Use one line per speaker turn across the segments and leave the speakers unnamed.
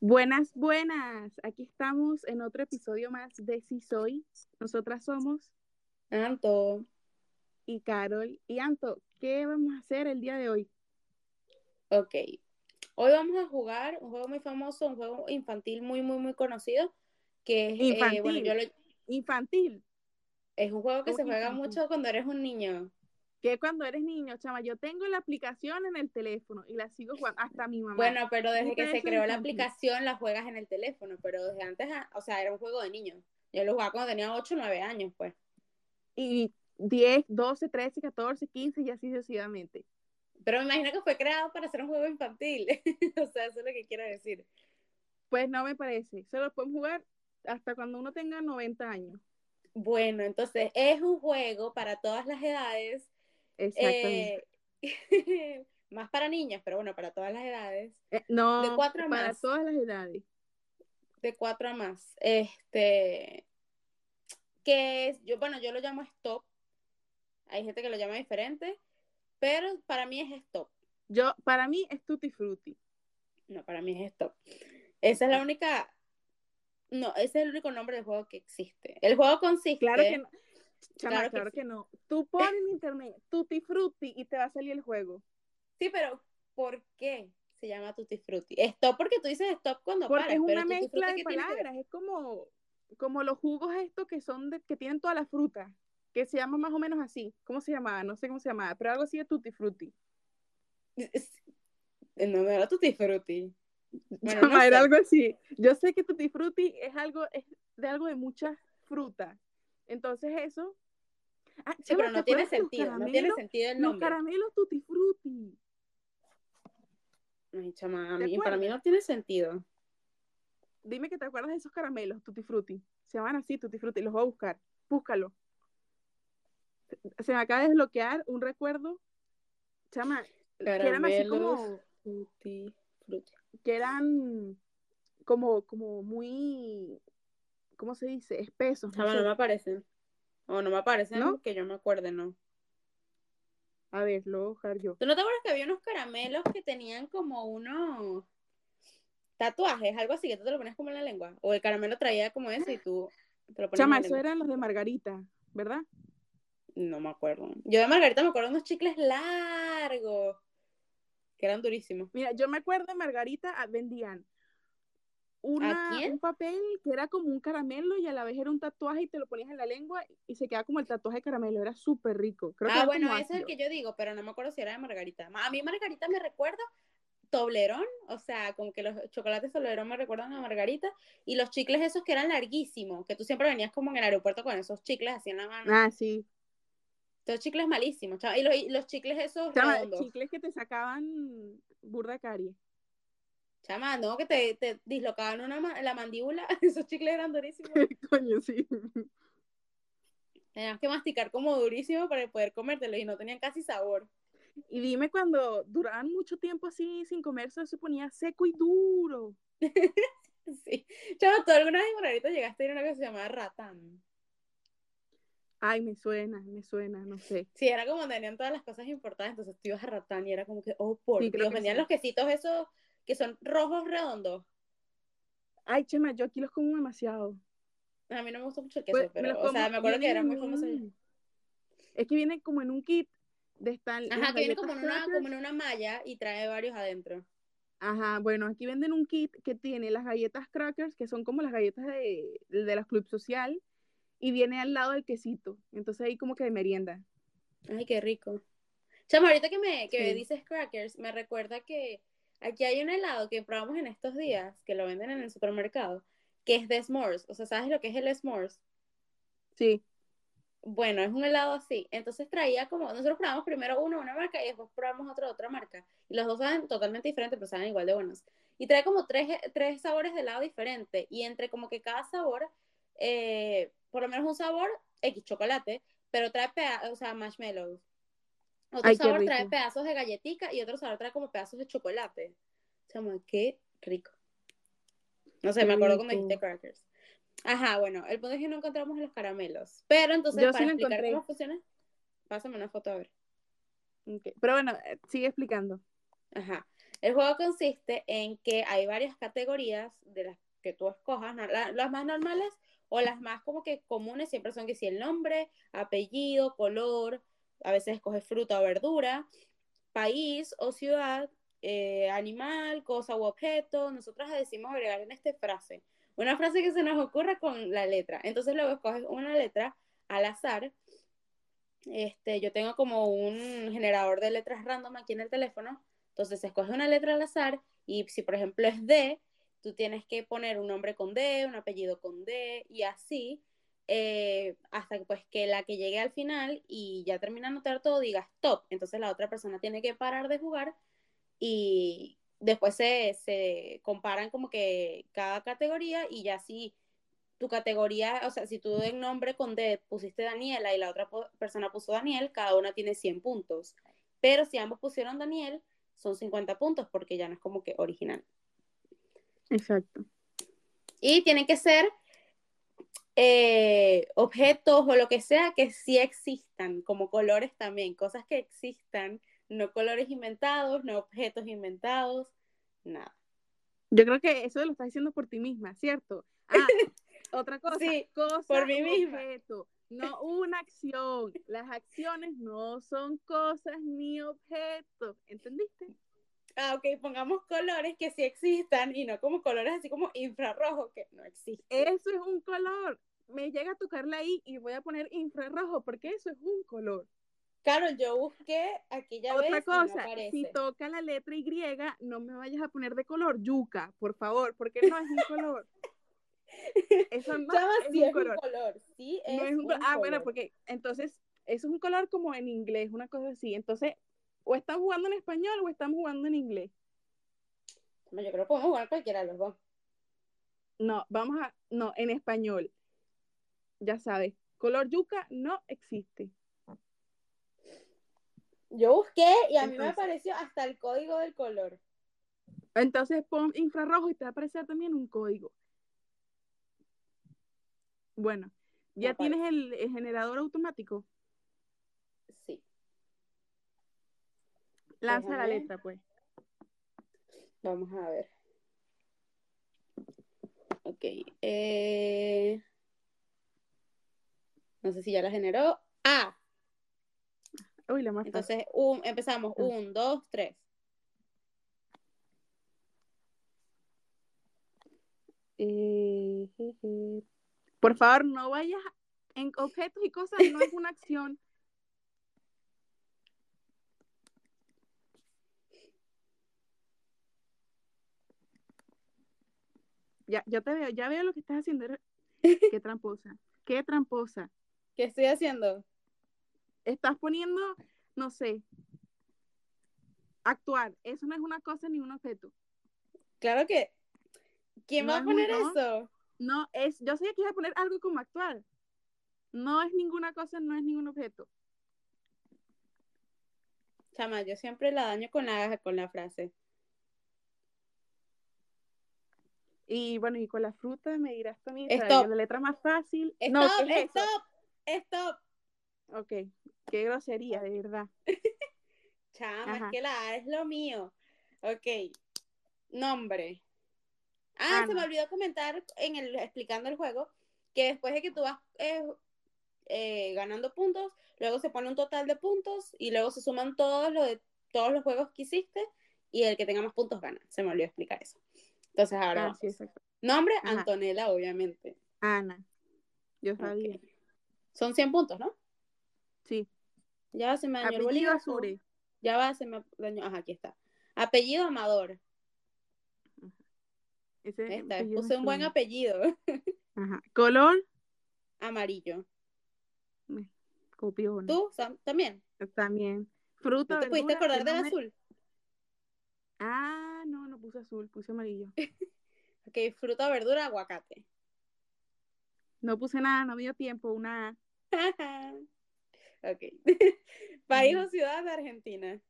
Buenas, buenas. Aquí estamos en otro episodio más de Si Soy. Nosotras somos
Anto,
y Carol y Anto. ¿Qué vamos a hacer el día de hoy?
ok. Hoy vamos a jugar un juego muy famoso, un juego infantil muy, muy, muy conocido, que es, eh,
Infantil.
bueno, yo lo-
Infantil.
es un juego que
¿Cómo
se
que
juega
infantil?
mucho cuando eres un niño.
Que cuando eres niño, chama, yo tengo la aplicación en el teléfono y la sigo jugando hasta mi mamá.
Bueno, pero desde
Nunca
que
he
se
hecho
creó la
infantil.
aplicación la juegas en el teléfono, pero desde antes, ah, o sea, era un juego de niños. Yo lo jugaba cuando tenía 8 o 9 años, pues.
Y 10, 12, 13, 14, 15 y así sucesivamente.
Pero me imagino que fue creado para ser un juego infantil. o sea, eso es lo que quiero decir.
Pues no me parece. Solo podemos jugar hasta cuando uno tenga 90 años.
Bueno, entonces es un juego para todas las edades.
Exactamente.
Eh, más para niñas, pero bueno, para todas las edades,
Eh, no,
de cuatro a
para
más.
todas las edades.
de cuatro a más. Este, que es, yo, bueno, yo lo llamo stop. Hay gente que lo llama diferente, pero para mí es stop.
Yo, para mí es tutti frutti.
No, para mí es stop. Esa es la única, no, ese es el único nombre del juego que existe. El juego consiste,
Claro que no. Chama,
Claro que
claro,
sí.
que, no. Tú pones en internet Tutti Frutti y te va a salir el juego.
sí, pero ¿por qué se llama Tutti Frutti? Stop porque tú dices stop cuando
Porque
paras,
es
pero
una
Tutti
mezcla
Frutti,
de
¿qué tiene que ver?
palabras. Es como, como los jugos estos que son de, que tienen todas las frutas. Que se llaman más o menos así. ¿Cómo se llamaba? No sé cómo se llamaba, pero algo así de Tutti Frutti.
No, no era Tutti Frutti. Bueno,
Chama,
no
era
sé.
algo así. Yo sé que Tutti Frutti es algo, es de algo de muchas frutas. Entonces eso. Ah,
Sí,
chama,
pero no
¿te
tiene
acuerdas de los
sentido, no tiene
caramelos?
sentido el
Los
nombre.
caramelos Tutti Frutti.
Ay, chama, a
¿Te
mí- para mí
acuerdas?
no tiene sentido.
Dime que te acuerdas de esos caramelos, Tutti Frutti. Se llaman así, Tutti Frutti. Los voy a buscar. Búscalo. Se me acaba de desbloquear un recuerdo, chama, que eran así
Caramelos,
como,
tutti frutti.
que eran como, como muy, ¿cómo se dice? Espesos, no
Chama, no
sé.
me aparecen. O no me aparecen
¿No?
que yo me acuerde, ¿no?
A ver, lo voy a buscar yo.
¿Tú no te acuerdas que había unos caramelos que tenían como unos tatuajes, algo así, que tú te lo ponías como en la lengua? O el caramelo traía como eso y tú te lo ponías
Chama,
en la
esos
lengua.
eran los de Margarita, ¿verdad?
No me acuerdo. Yo de Margarita me acuerdo de unos chicles largos, que eran durísimos.
Mira, yo me acuerdo de Margarita, ah, vendían una,
quién?
un papel que era como un caramelo y a la vez era un tatuaje y te lo ponías en la lengua y se quedaba como el tatuaje de caramelo. Era súper rico. Creo que
Ah,
era
bueno,
como
ese es el
ácido.
que yo digo, pero no me acuerdo si era de Margarita. Ma- A mí Margarita me recuerda Toblerón, o sea, como que los chocolates Toblerón me recuerdan a Margarita, y los chicles esos que eran larguísimos, que tú siempre venías como en el aeropuerto con esos chicles así en la mano.
Ah, sí.
Esos chicles malísimos, chava. Y los, y los chicles esos
Chama,
redondos.
chicles que te sacaban burda de caries.
Chama, no, que te, te dislocaban una ma- la mandíbula, esos chicles eran durísimos.
Coño, sí.
Tenías que masticar como durísimo para poder comértelos y no tenían casi sabor.
Y dime cuando duraban mucho tiempo así sin comerse, se ponía seco y duro.
Sí. Chama, ¿tú alguna vez en Margarita llegaste a ir a una que se llamaba Ratán?
Ay, me suena, me suena, no sé.
Sí, era como tenían todas las cosas importadas, entonces tú ibas a Ratán y era como que, oh, por
Sí, creo
Dios,
que
vendían
sí.
los quesitos esos que son rojos redondos.
Ay, Chema, yo aquí los como demasiado.
A mí no me gusta mucho el queso,
Pues, me
pero,
los
o sea,
como-
me acuerdo que
vienen
era muy
en
famoso.
un- Es que viene como en un kit de están
Ajá,
las
que viene
galletas
como en una,
crackers.
como en una malla y trae varios adentro.
Ajá, bueno, aquí venden un kit que tiene las galletas crackers, que son como las galletas de, de la Club Social, y viene al lado del quesito. Entonces ahí como que de merienda.
Ay, qué rico. Chama, ahorita que me que
Sí.
dices crackers, me recuerda que aquí hay un helado que probamos en estos días, que lo venden en el supermercado, que es de s'mores. O sea, ¿sabes lo que es el s'mores?
Sí.
Bueno, es un helado así. Entonces traía como, nosotros probamos primero uno de una marca y después probamos otro de otra marca. Y los dos saben totalmente diferentes, pero saben igual de buenos. Y trae como tres, tres sabores de helado diferentes. Y entre como que cada sabor, eh, por lo menos un sabor, X chocolate, pero trae, peda- o sea, marshmallows. Otro
Ay, qué
sabor trae
rico.
pedazos de galletica y otro sabor trae como pedazos de chocolate. Chama, qué rico. No sé,
Qué
me acuerdo cuando
rico.
dijiste crackers. Ajá, bueno, el punto es que no encontramos los caramelos. Pero entonces,
Yo sí
para
lo
explicar
encontré.
cómo funciona, pásame una foto a ver.
Ok, Pero bueno, eh, sigue explicando.
Ajá. El juego consiste en que hay varias categorías de las que tú escojas, no- la- las más normales o las más como que comunes siempre son que si el nombre, apellido, color, a veces escoges fruta o verdura, país o ciudad, eh, animal, cosa u objeto. Nosotras decimos agregar en esta frase una frase que se nos ocurra con la letra. Entonces luego escoges una letra al azar. Este, yo tengo como un generador de letras random aquí en el teléfono. Entonces escoges una letra al azar y si por ejemplo es D, tú tienes que poner un nombre con D, un apellido con D y así eh, hasta que, pues que la que llegue al final y ya termina de anotar todo digas stop. Entonces la otra persona tiene que parar de jugar y después se, se comparan como que cada categoría y ya si tu categoría, o sea, si tú en nombre con D pusiste Daniela y la otra po- persona puso Daniel, cada una tiene 100 puntos. Pero si ambos pusieron Daniel, son 50 puntos porque ya no es como que original.
Exacto.
Y tienen que ser eh, objetos o lo que sea que sí existan, como colores también, cosas que existan, no colores inventados, no objetos inventados, nada.
Yo creo que eso lo estás diciendo por ti misma, ¿cierto? Ah, otra cosa,
Sí,
cosa
por mí
u
misma.
objeto, no una acción. Las acciones no son cosas ni objetos, ¿entendiste?
Ah, ok, pongamos colores que sí existan y no como colores así como infrarrojo que no existe.
Eso es un color. Me llega a tocarla ahí y voy a poner infrarrojo porque eso es un color.
Claro, yo busqué, aquí ya
Otra
ves, y no
cosa,
aparece.
si toca la letra Y, no me vayas a poner de color yuca, por favor, porque no es un color. Eso no
Chama,
es
sí
un
es
color.
un color. Sí es,
No es un
un
color. Ah, bueno,
color.
porque entonces eso es un color como en inglés, una cosa así. Entonces, o estamos jugando en español o estamos jugando en inglés. pues
No, yo creo que podemos jugar cualquiera de los dos.
No, vamos a. No, en español. Ya sabes, color yuca no existe.
Yo busqué y a mí me
Entonces.
apareció hasta el código del color.
Entonces pon infrarrojo y te va a aparecer también un código. Bueno, ¿ya
Me
tienes el, el generador automático?
Sí.
Lanza la
Déjame.
letra, pues.
Vamos a ver. Ok. eh, No sé si ya la generó. Ah,
Uy, la más fácil.
entonces un- empezamos.
Ah.
Un, dos, tres.
Eh, jeje. Por favor, no vayas en objetos y cosas, no es una acción. Ya, yo te veo, ya veo lo que estás haciendo. Eres- Qué tramposa, qué tramposa.
¿Qué estoy haciendo?
Estás poniendo, no sé, actuar. Eso no es una cosa ni un objeto.
Claro que. ¿Quién
No
va a
es
poner
uno.
eso?
No es, yo sé que iba a poner algo como actuar. No es ninguna cosa, no es ningún objeto.
Chama, yo siempre la daño con la, con la frase.
Y bueno, y con la fruta me dirás también,
Stop.
¿sabes? la letra más fácil. No,
¡Stop!
¿qué es eso?
¡Stop! ¡Stop!
Ok, qué grosería, de verdad.
Chama,
Ajá.
es que la A es lo mío. Ok. Nombre. Ah,
Ana.
se me olvidó comentar en el explicando el juego que después de que tú vas eh, eh, ganando puntos, luego se pone un total de puntos y luego se suman todos los de todos los juegos que hiciste y el que tenga más puntos gana. Se me olvidó explicar eso. Entonces ahora
Ah,
vamos.
sí, exacto.
nombre
Ajá.
Antonella, obviamente.
Ana. Yo sabía.
Ok. Son 100 puntos, ¿no?
Sí.
Ya se me dañó el
Apellido
bolígrafo.
Azure.
Ya va, se me dañó. Ajá, aquí está. Apellido Amador.
Ese
Esta vez
apellido
puse un buen
Azure.
apellido.
Ajá. Color,
Amarillo.
copión.
¿Tú Sam, también?
También. Mm. Fruta,
¿No te pudiste
verdura,
acordar
el
del
nombre-
azul?
Ah, no, no puse azul, puse amarillo.
Ok, fruta, verdura, aguacate.
No puse nada, no me dio tiempo, una A.
ok. País
Mm.
o ciudad de Argentina.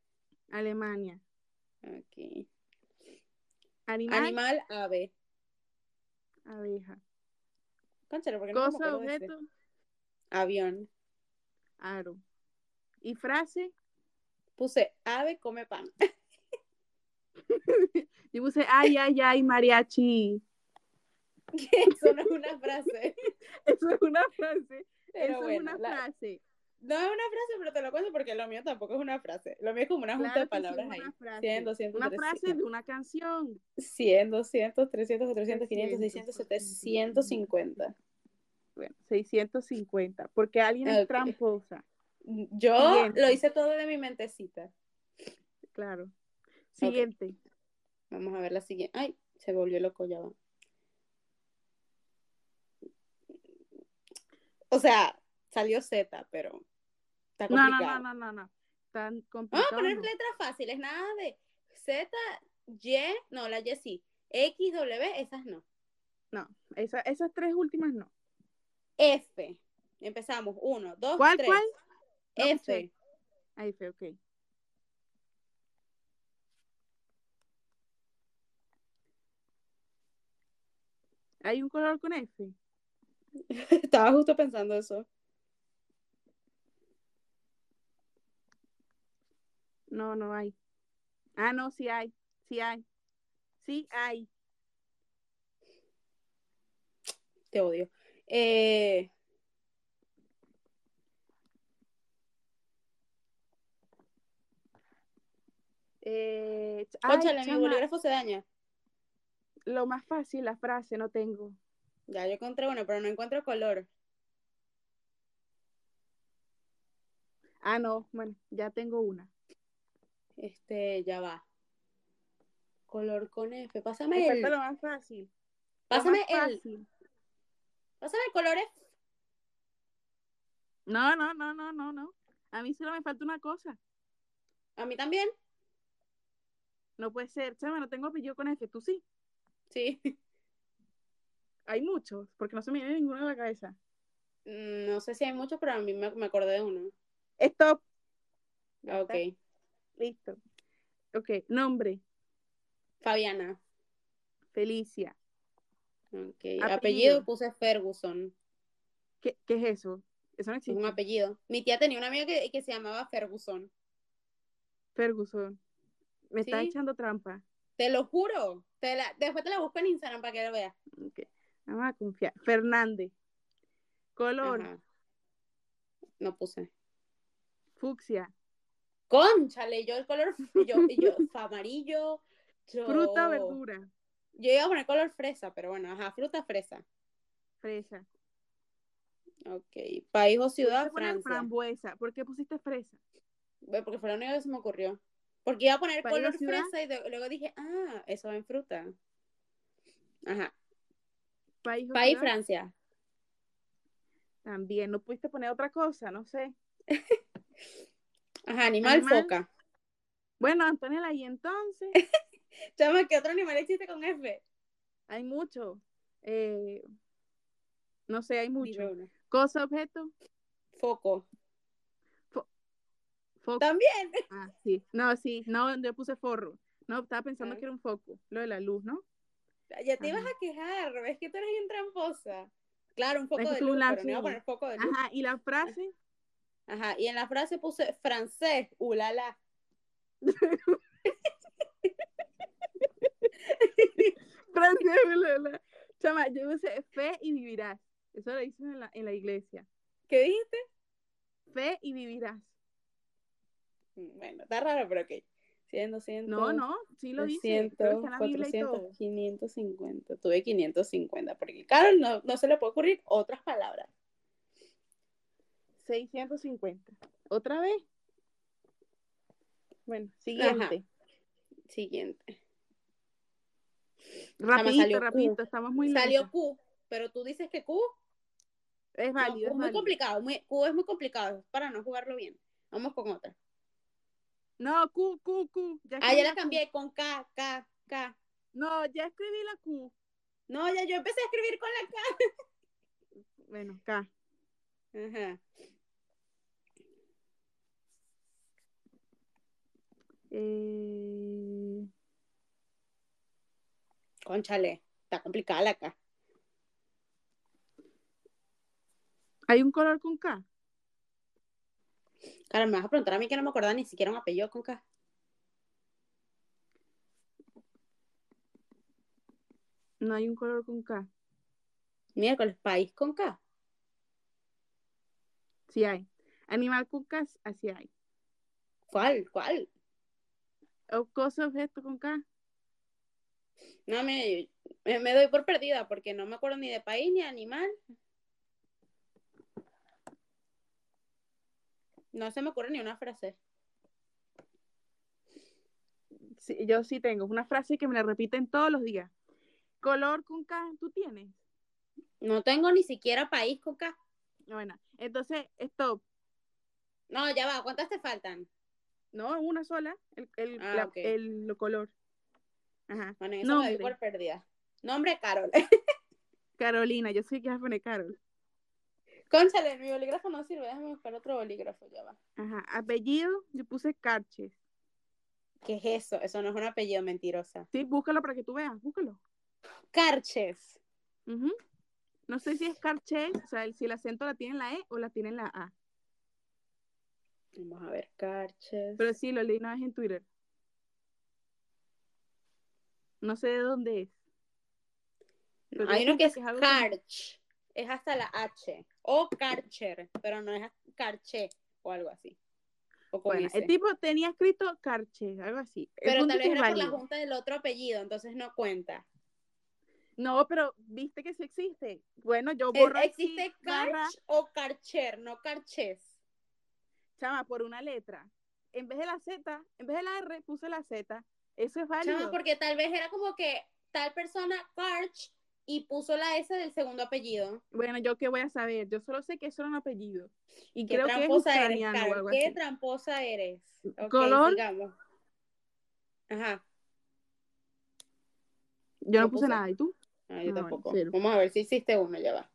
Alemania.
Ok.
Animal,
Animal, ave.
abeja.
Cónchale, porque no me
Cosa,
acuerdo de ese.
objeto,
Avión.
aro. Y frase,
Puse ave come pan.
Yo puse, ay, ay, ay, mariachi.
Eso no es una frase.
Eso es una frase.
Pero
eso es
bueno,
una
la-
frase.
No es una frase, pero te lo cuento porque lo mío tampoco es una frase. Lo mío es como una
Claro
junta de
que sí,
palabras ahí.
una frase.
100, 200,
Una
300,
frase de una canción.
100, 200, 300, 400, 500, 600,
300,
700, 750.
Bueno, 650. Porque alguien es
Ok.
tramposa.
Yo
Siguiente.
lo hice todo de mi mentecita.
Claro. Siguiente.
Vamos a ver la siguiente. Ay, se volvió loco, ya va. O sea, salió Z, pero está
No, no,
complicado. Ah,
no, no, no, no. Tan complicado.
Vamos a poner
no.
letras fáciles, nada de Z, Y, no, la Y sí. X, W, esas no.
No, esa- esas tres últimas no.
F. Empezamos. Uno, dos,
¿Cuál,
tres.
cuál? No
F.
escuché. Ahí fue, ok. Hay un color con F.
Estaba justo pensando eso.
No, no hay. Ah, no, sí hay. Sí hay. Sí hay.
Te odio. Eh,
Eh, ch- ay,
cónchale, mi
chama,
bolígrafo se daña.
lo más fácil, la frase, no tengo.
Ya, yo encontré uno, pero no encuentro color.
Ah, no, bueno, ya tengo una.
Este, ya va. Color con F.
Me
Pásame el.
falta lo más fácil. lo
Pásame
más
el.
fácil.
Pásame el color F.
No, no, no, no, no, no. A mí solo me falta una cosa.
A mí también.
No puede ser, chama, no tengo apellido con F, tú sí.
Sí.
Hay muchos, porque no se me viene ninguno a la cabeza.
Mm, No sé si hay muchos, pero a mí me, me acordé de uno.
Stop,
Ah, Ok.
listo. Ok, nombre,
Fabiana.
Felicia.
Ok.
Apellido.
Apellido puse Ferguson.
¿Qué, qué es eso? Eso no
Es un
existe.
apellido. Mi tía tenía una amiga que, que se llamaba Ferguson.
Ferguson. Me está
Sí.
echando trampa.
Te lo juro. Te la- después te la busco en Instagram para que lo veas.
Ok, Vamos a confiar. Fernández. Color,
Ajá. No puse.
fucsia.
Conchale, yo el color, yo, yo amarillo, yo-
Fruta, verdura,
Yo iba a poner color fresa, pero bueno, ajá, fruta fresa.
fresa.
Ok. País o ciudad,
Pudiste poner
Francia.
frambuesa. ¿Por qué pusiste fresa?
Bueno, Porque fue lo único que se me ocurrió. Porque iba a poner
País o
color
ciudad.
fresa y de- luego dije, ah, eso va en fruta. Ajá.
País, o
País,
ciudad.
Francia.
También. No pudiste poner otra cosa, no sé.
Ajá, animal,
Animal.
foca.
Bueno, Antonella, y entonces
Chama, ¿qué otro animal existe con F?
hay mucho. Eh, no sé, hay mucho.
Dime uno.
Cosa, objeto,
Foco.
foco.
También.
Ah, sí. No, sí. No, yo puse forro. No, estaba pensando
Ah.
que era un foco. Lo de la luz, ¿no?
Ya te ibas
Ajá.
a quejar, es que tú eres bien tramposa. Claro, un poco
que
de
tuve
luz,
un
pero
lapsus
no iba a
y-
poner poco de luz.
Ajá, y la frase,
Ajá, y en la frase puse francés, ulala.
frase, bla, bla. Chama, yo puse fe y vivirás. Eso lo dicen en la, en la iglesia.
¿Qué dijiste?
Fe y vivirás.
Mm, Bueno, está raro, pero ok. 100, 200.
No, no, sí lo dice. Creo que
300,
está en la Biblia y
400,
todo.
550. Tuve 550, porque Carol no, no se le puede ocurrir otras palabras.
650. ¿Otra vez? Bueno, siguiente.
Siguiente.
Rapidito,
salió Q.
rapidito. Estamos muy
Salió
lentas.
Q, pero tú dices que Q,
Es
no,
válido,
Q es
es
muy
válido.
complicado. muy- Q es muy complicado, es para no jugarlo bien. Vamos con otra.
No, Q, Q, Q.
Ah, ya
escribí
la cambié con K, K, K.
No, ya escribí la Q.
No, ya yo empecé a escribir con la K.
Bueno, K.
Ajá.
Eh,
Conchale, está complicada la K.
¿Hay un color con K?
Claro, me vas a preguntar a mí que no me acordaba ni siquiera un apellido con K.
No hay un color con K.
Miércoles, país con K.
Sí hay. Animal con K, así hay.
¿Cuál? ¿Cuál?
O cosa, objeto con K.
No, me, me, me doy por perdida porque no me acuerdo ni de país ni de animal. No se me ocurre ni una frase.
Sí, yo sí tengo una frase que me la repiten todos los días. Color con K, ¿tú tienes?
No tengo ni siquiera país con K.
Bueno, entonces, stop.
No, ya va, ¿cuántas te faltan?
No, una sola, el, el,
Ah,
la-
ok.
el lo color. Ajá.
Bueno, eso me
Nombre.
doy por perdida. Nombre, Carol.
Carolina, yo sé que vas a poner Carol.
Cónchale, mi bolígrafo no sirve, déjame buscar otro bolígrafo, ya va.
Ajá. Apellido, yo puse Carches.
¿Qué es eso? Eso no es un apellido mentirosa.
Sí, búscalo para que tú veas, búscalo.
Carches.
Ujú. No sé si es Carches, o sea, el- si el acento la tiene en la E o la tiene en la A.
Vamos a ver, Carches.
Pero sí, lo leí una vez en Twitter. No sé de dónde es. pero
Hay
yo
uno que es
siento que es algo
Carch. Es hasta la H. O Karcher, pero no es Carche o algo así. O con
Bueno,
ese.
el tipo tenía escrito Carches, algo así. El
Pero
punto
tal
es que
vez
es
era por la
válido.
junta del otro apellido, entonces no cuenta.
No, pero viste que sí existe. Bueno, yo
Eh,
borro aquí,
Existe
barra,
Karch o Karcher, no Karches.
chama, por una letra. En vez de la Z, en vez de la R, puse la Z. Eso es válido.
Chama, porque tal vez era como que tal persona Karch y puso la S del segundo apellido.
Bueno, yo qué voy a saber. Yo solo sé que eso era un apellido. Y
Qué
creo que es
tramposa eres,
ucraniano o
Carol.
algo
Qué
así.
tramposa eres. Ok,
Color.
sigamos. Ajá.
Yo no
Yo
puse
puse-
nada. ¿Y tú?
No, yo
Ah, bueno,
tampoco.
cero.
Vamos a ver si hiciste uno, ya va.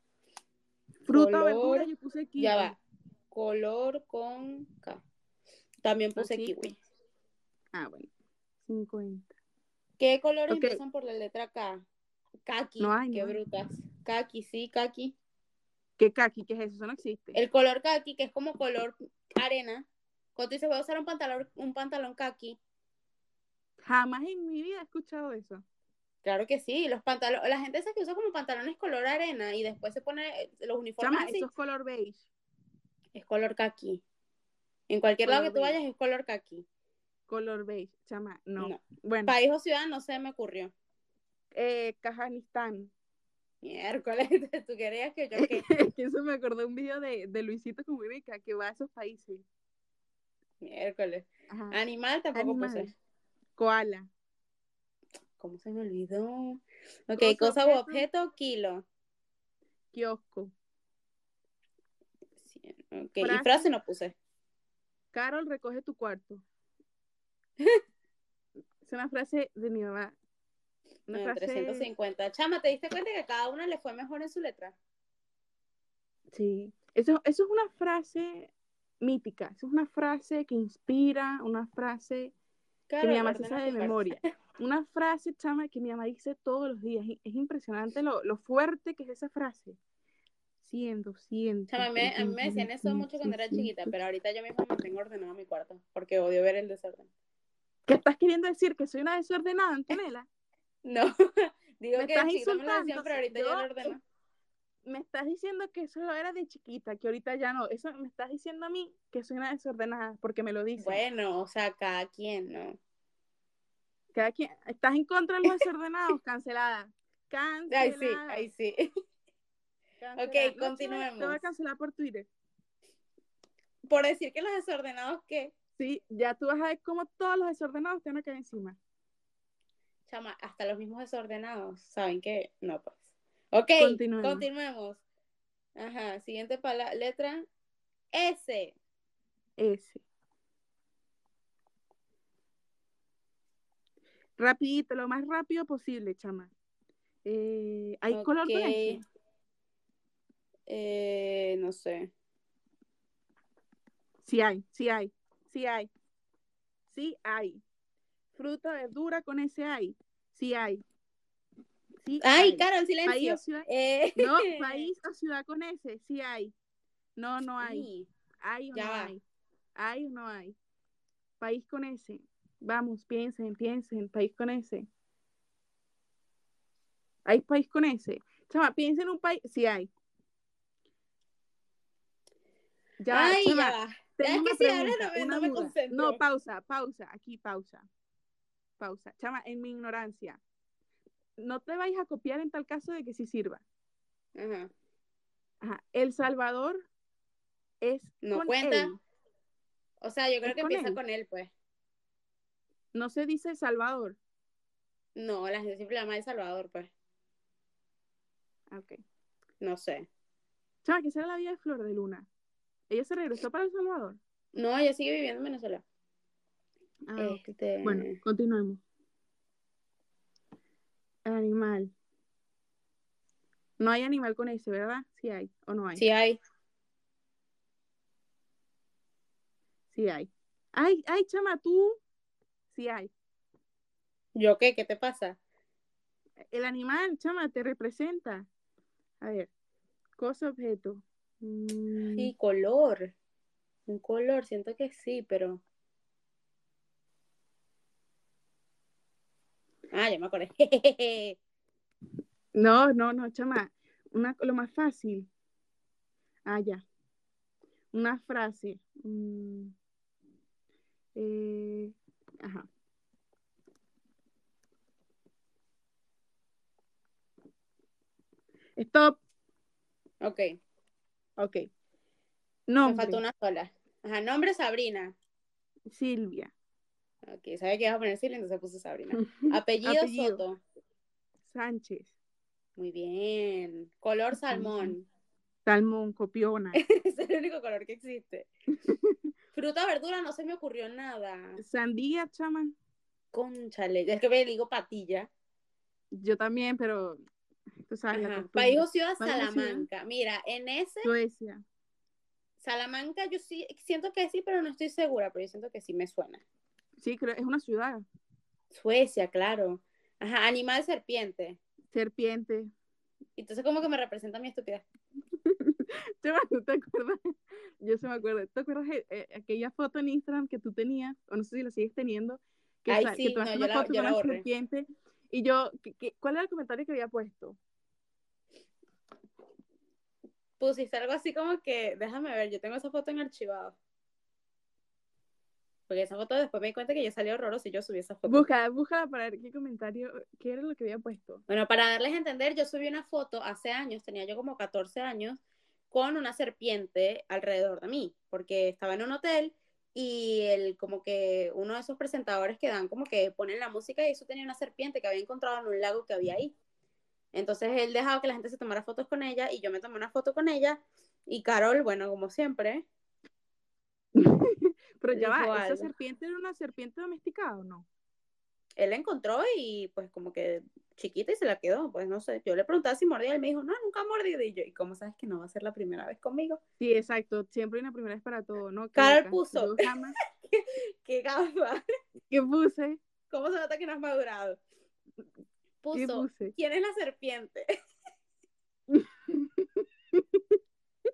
Fruta
Color.
o verdura, yo puse kiwi.
Ya va. Color con K. También puse
Así.
kiwi.
Ah, bueno. 50.
¿Qué colores
Ok.
empiezan por la letra K? Kaki.
No hay,
qué
no hay.
brutas. Kaki, sí, kaki.
¿Qué kaki? ¿Qué es eso? Eso no existe.
El color kaki, que es como color arena. Cuando tú dices, voy a usar un pantalón, un pantalón kaki.
Jamás en mi vida he escuchado eso.
Claro que sí, los pantalones, la gente esa que usa como pantalones color arena y después se pone eh, los uniformes
Chama,
así,
eso es color beige.
es color kaki. En cualquier lado que
Color
tú
beige.
vayas es color kaki.
Color beige. Chama, no.
No.
Bueno,
País o ciudad no se me ocurrió.
eh, Kazajistán.
Miércoles, tú querías que yo qué.
que eso me acordé de un video de, de Luisito Comunica que va a esos países.
Miércoles.
Ajá.
Animal Ah, tampoco
Animal.
puse.
Koala.
¿Cómo se me olvidó? Ok,
Cosa,
cosa o
objeto.
objeto, kilo.
Kiosco.
Cien. Ok, y
Frase.
frase no puse.
Carol, recoge tu cuarto. es una frase de mi mamá. Una
No,
frase...
350. Chama, ¿te diste cuenta que a cada una le fue mejor en su letra?
Sí, eso, eso es una frase mítica, eso es una frase que inspira, una frase que
Claro,
mi mamá se
ordena
sabe de
tu frase.
memoria, una frase chama que mi mamá dice todos los días, y es impresionante lo, lo fuerte que es esa frase. 100, 200.
Chama, a mí me- a mí me decían eso mucho cuando era chiquita, pero ahorita yo misma me tengo ordenado mi cuarto porque odio ver el desorden.
¿Qué estás queriendo decir? ¿Que soy una desordenada, Antonella?
No, digo
Me
que
estás
de chiquita me lo decían,
insultando,
pero ahorita
yo-
yo lo ordeno.
Me estás diciendo que eso lo era de chiquita, que ahorita ya no. Eso me estás diciendo a mí que soy una desordenada, porque me lo dicen.
Bueno, o sea, cada quien, ¿no?
Cada quien, estás en contra de los desordenados, cancelada.
Ay,
Cancelada.
sí, ay, sí.
cancelada.
ok,
No, chama, Te voy a
continuemos.
cancelar por Twitter.
Por decir que los desordenados, ¿qué?
Sí, ya tú vas a ver cómo todos los desordenados te van a caer encima.
Chama, hasta los mismos desordenados, ¿saben qué? No, pues. Ok,
Continuemos.
continuemos. Ajá, siguiente pala- letra. S.
Ese. Rapidito, lo más rápido posible, chama. Eh, ¿Hay
Ok.
color con ese?
Eh, no sé.
Sí hay, sí hay, sí hay. Sí hay. Fruta, verdura con ese hay. Sí hay. Sí
Ay,
hay.
Carol,
País
silencio.
o ciudad-
Eh,
No, país o ciudad con ese, sí hay. No, no hay.
sí.
Hay o
Ya
no
va.
hay. Hay o no hay. País con ese. Vamos, piensen, piensen, país con ese. ¿Hay país con ese? Chama, piensa en un país. Sí hay. Ya,
Ay, ya
chama,
va.
tengo
Es
una
que si hablas no
pregunta,
me,
una
no me
duda.
concentro.
No, pausa, pausa, aquí pausa. Pausa. Chama, en mi ignorancia, no te vayas a copiar en tal caso de que sí sirva.
Ajá.
Ajá, El Salvador es
No
con
cuenta.
él.
O sea, yo
¿Es
creo que
con
empieza
él?
con él, pues.
No se dice El Salvador.
No, la gente siempre llama El Salvador, pues.
Ah, Ok.
No sé.
Chama, ¿qué será la vida de Flor de Luna? Ella se regresó para El Salvador.
No, ella sigue viviendo en Venezuela.
Ah, ok.
Este,
Bueno, continuemos. Animal. No hay animal con ese, ¿verdad? Sí hay o no hay.
Sí hay.
Sí hay. Ay, ay, chama, tú. Sí hay.
¿Yo qué? ¿Qué te pasa?
El animal, chama, te representa. A ver, cosa, objeto. Mm,
Sí, color. Un color, siento que sí, pero. Ah, ya me acordé.
No, no, no, chama. Una, lo más fácil. Ah, ya. Una frase. Mm, eh, ajá. Stop.
ok,
Ok.
me
Nombre.
faltó una sola. Ajá, nombre Sabrina.
Silvia.
Ok, sabía que ibas a poner Silvia, entonces puse Sabrina. Apellido,
Apellido.
Soto.
Sánchez.
Muy bien. Color salmón.
Salmón. Copiona.
es el único color que existe. Fruta, verdura, no se me ocurrió nada.
Sandía, chama.
Conchale, es que me digo patilla.
Yo también, pero tú sabes la
Ajá.
costumbre.
País o ciudad,
País o ciudad.
Salamanca. Mira, en ese,
Suecia.
Salamanca, yo sí siento que sí, pero no estoy segura, pero yo siento que sí me suena.
Sí, creo, es una ciudad.
Suecia, claro. Ajá, animal serpiente.
Serpiente.
Entonces, como que me representa mi estupidez.
Chama, ¿tú te acuerdas? Yo se me acuerdo. ¿Te acuerdas eh, eh, aquella foto en Instagram que tú tenías? O no sé si la sigues teniendo. Que,
Ay,
sa- que
sí,
tú
no,
haces
yo
una
la-
foto
yo
con
la
una
borré.
serpiente. Y yo, ¿qué- qué- ¿cuál era el comentario que había puesto?
Pusiste algo así como que, déjame ver, yo tengo esa foto en archivado. Porque esa foto después me di cuenta que yo salí horroroso y yo subí esa foto.
Búscala, búscala para ver qué comentario, qué era lo que había puesto.
Bueno, para darles a entender, yo subí una foto hace años, tenía yo como 14 años, con una serpiente alrededor de mí, porque estaba en un hotel y el, como que uno de esos presentadores que dan como que ponen la música y eso tenía una serpiente que había encontrado en un lago que había ahí. Entonces él dejaba que la gente se tomara fotos con ella y yo me tomé una foto con ella y Carol, bueno, como siempre,
Pero ya
Dijo
va, ¿esa
algo.
serpiente era una serpiente domesticada o no?
él la encontró y pues como que chiquita y se la quedó, pues no sé, yo le preguntaba si mordía, él me dijo, no, nunca ha mordido y yo, ¿y cómo sabes que no va a ser la primera vez conmigo?
Sí, exacto. Siempre hay una primera vez para todo, ¿no? Qué
Carol
loca.
puso.
Yo jamás.
¡Qué gafa!
¿Qué puse?
¿Cómo se nota que no has madurado?
¿Qué
Puso,
puse?
¿quién es la serpiente?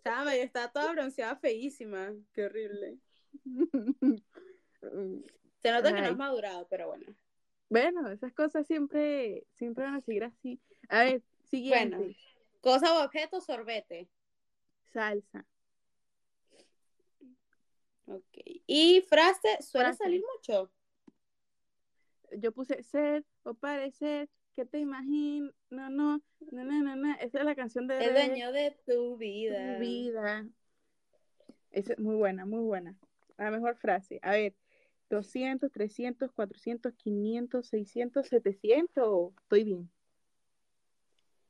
Chama, y está toda bronceada feísima. Qué horrible. Mm. Se nota que no
Ay.
has madurado, pero bueno.
Bueno, esas cosas siempre, siempre van a seguir así. A ver, siguiente.
Bueno. Cosa o objeto, sorbete.
Salsa.
Ok. Y frase, suele
Frase.
salir mucho.
Yo puse ser o parecer, que te imagino, no, no, no, no, no. Esa es la canción de
El
Rebe,
dueño de tu
tu
vida.
vida. Esa es muy buena, muy buena. La mejor frase. A ver, 200, 300, 400, 500, 600, 700. Estoy bien.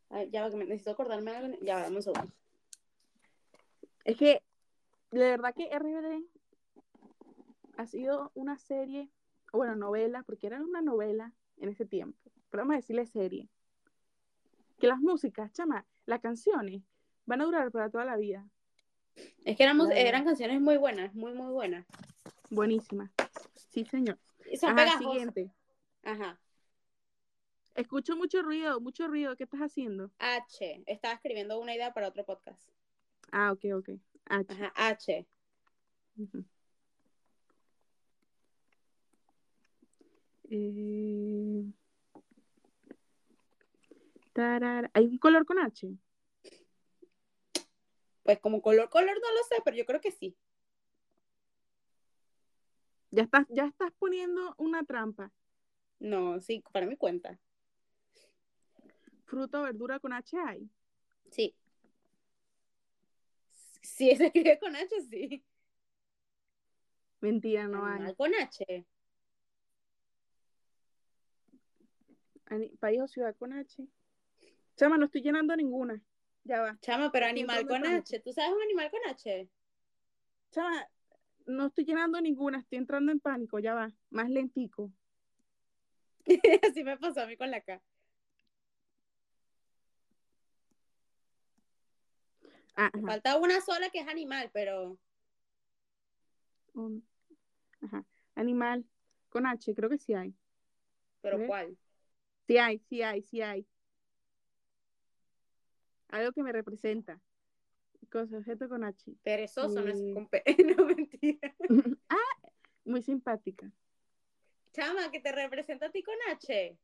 Ay, ya va, que me- necesito acordarme algo. Ya va, dame un segundo.
Es que, de verdad que RBD ha sido una serie, o bueno, novela, porque era una novela en ese tiempo, pero vamos a decirle serie. Que las músicas, chama, las canciones van a durar para toda la vida.
Es que éramos,
Dale.
eran canciones muy buenas, muy, muy buenas.
Buenísimas. Sí, señor.
Y son
Ajá,
pegajosas.
siguiente.
Ajá.
Escucho mucho ruido, mucho ruido. ¿Qué estás haciendo?
H. Estaba escribiendo una idea para otro podcast.
Ah, ok, ok. H.
Ajá, H.
Ujú. Eh, Tarara. ¿Hay un color con H?
Pues como color, color no lo sé, pero yo creo que sí.
Ya estás, ya estás poniendo una trampa.
No, sí, para mi cuenta.
¿Fruta o verdura con H hay?
Sí. Si se escribe con H, sí.
Mentira, no
Animal
hay.
con H.
Ani- País o ciudad con H. Chama, no estoy llenando ninguna. Ya va.
Chama, pero
Aquí
animal
entonces
con
para-
H. ¿Tú sabes un animal con H?
Chama, no estoy llenando ninguna. Estoy entrando en pánico. Ya va. Más lentico.
Así me pasó a mí con la K.
Ah, ajá.
Falta una sola que es animal, pero
Un- ajá. Animal con H. Creo que sí hay.
pero
¿Ves?
¿cuál?
Sí hay, sí hay, sí hay. Algo que me representa. Cosa, objeto con H.
Perezoso, no es
Mm.
con P. No, mentira.
ah, muy simpática.
Chama, que te representa a ti con H.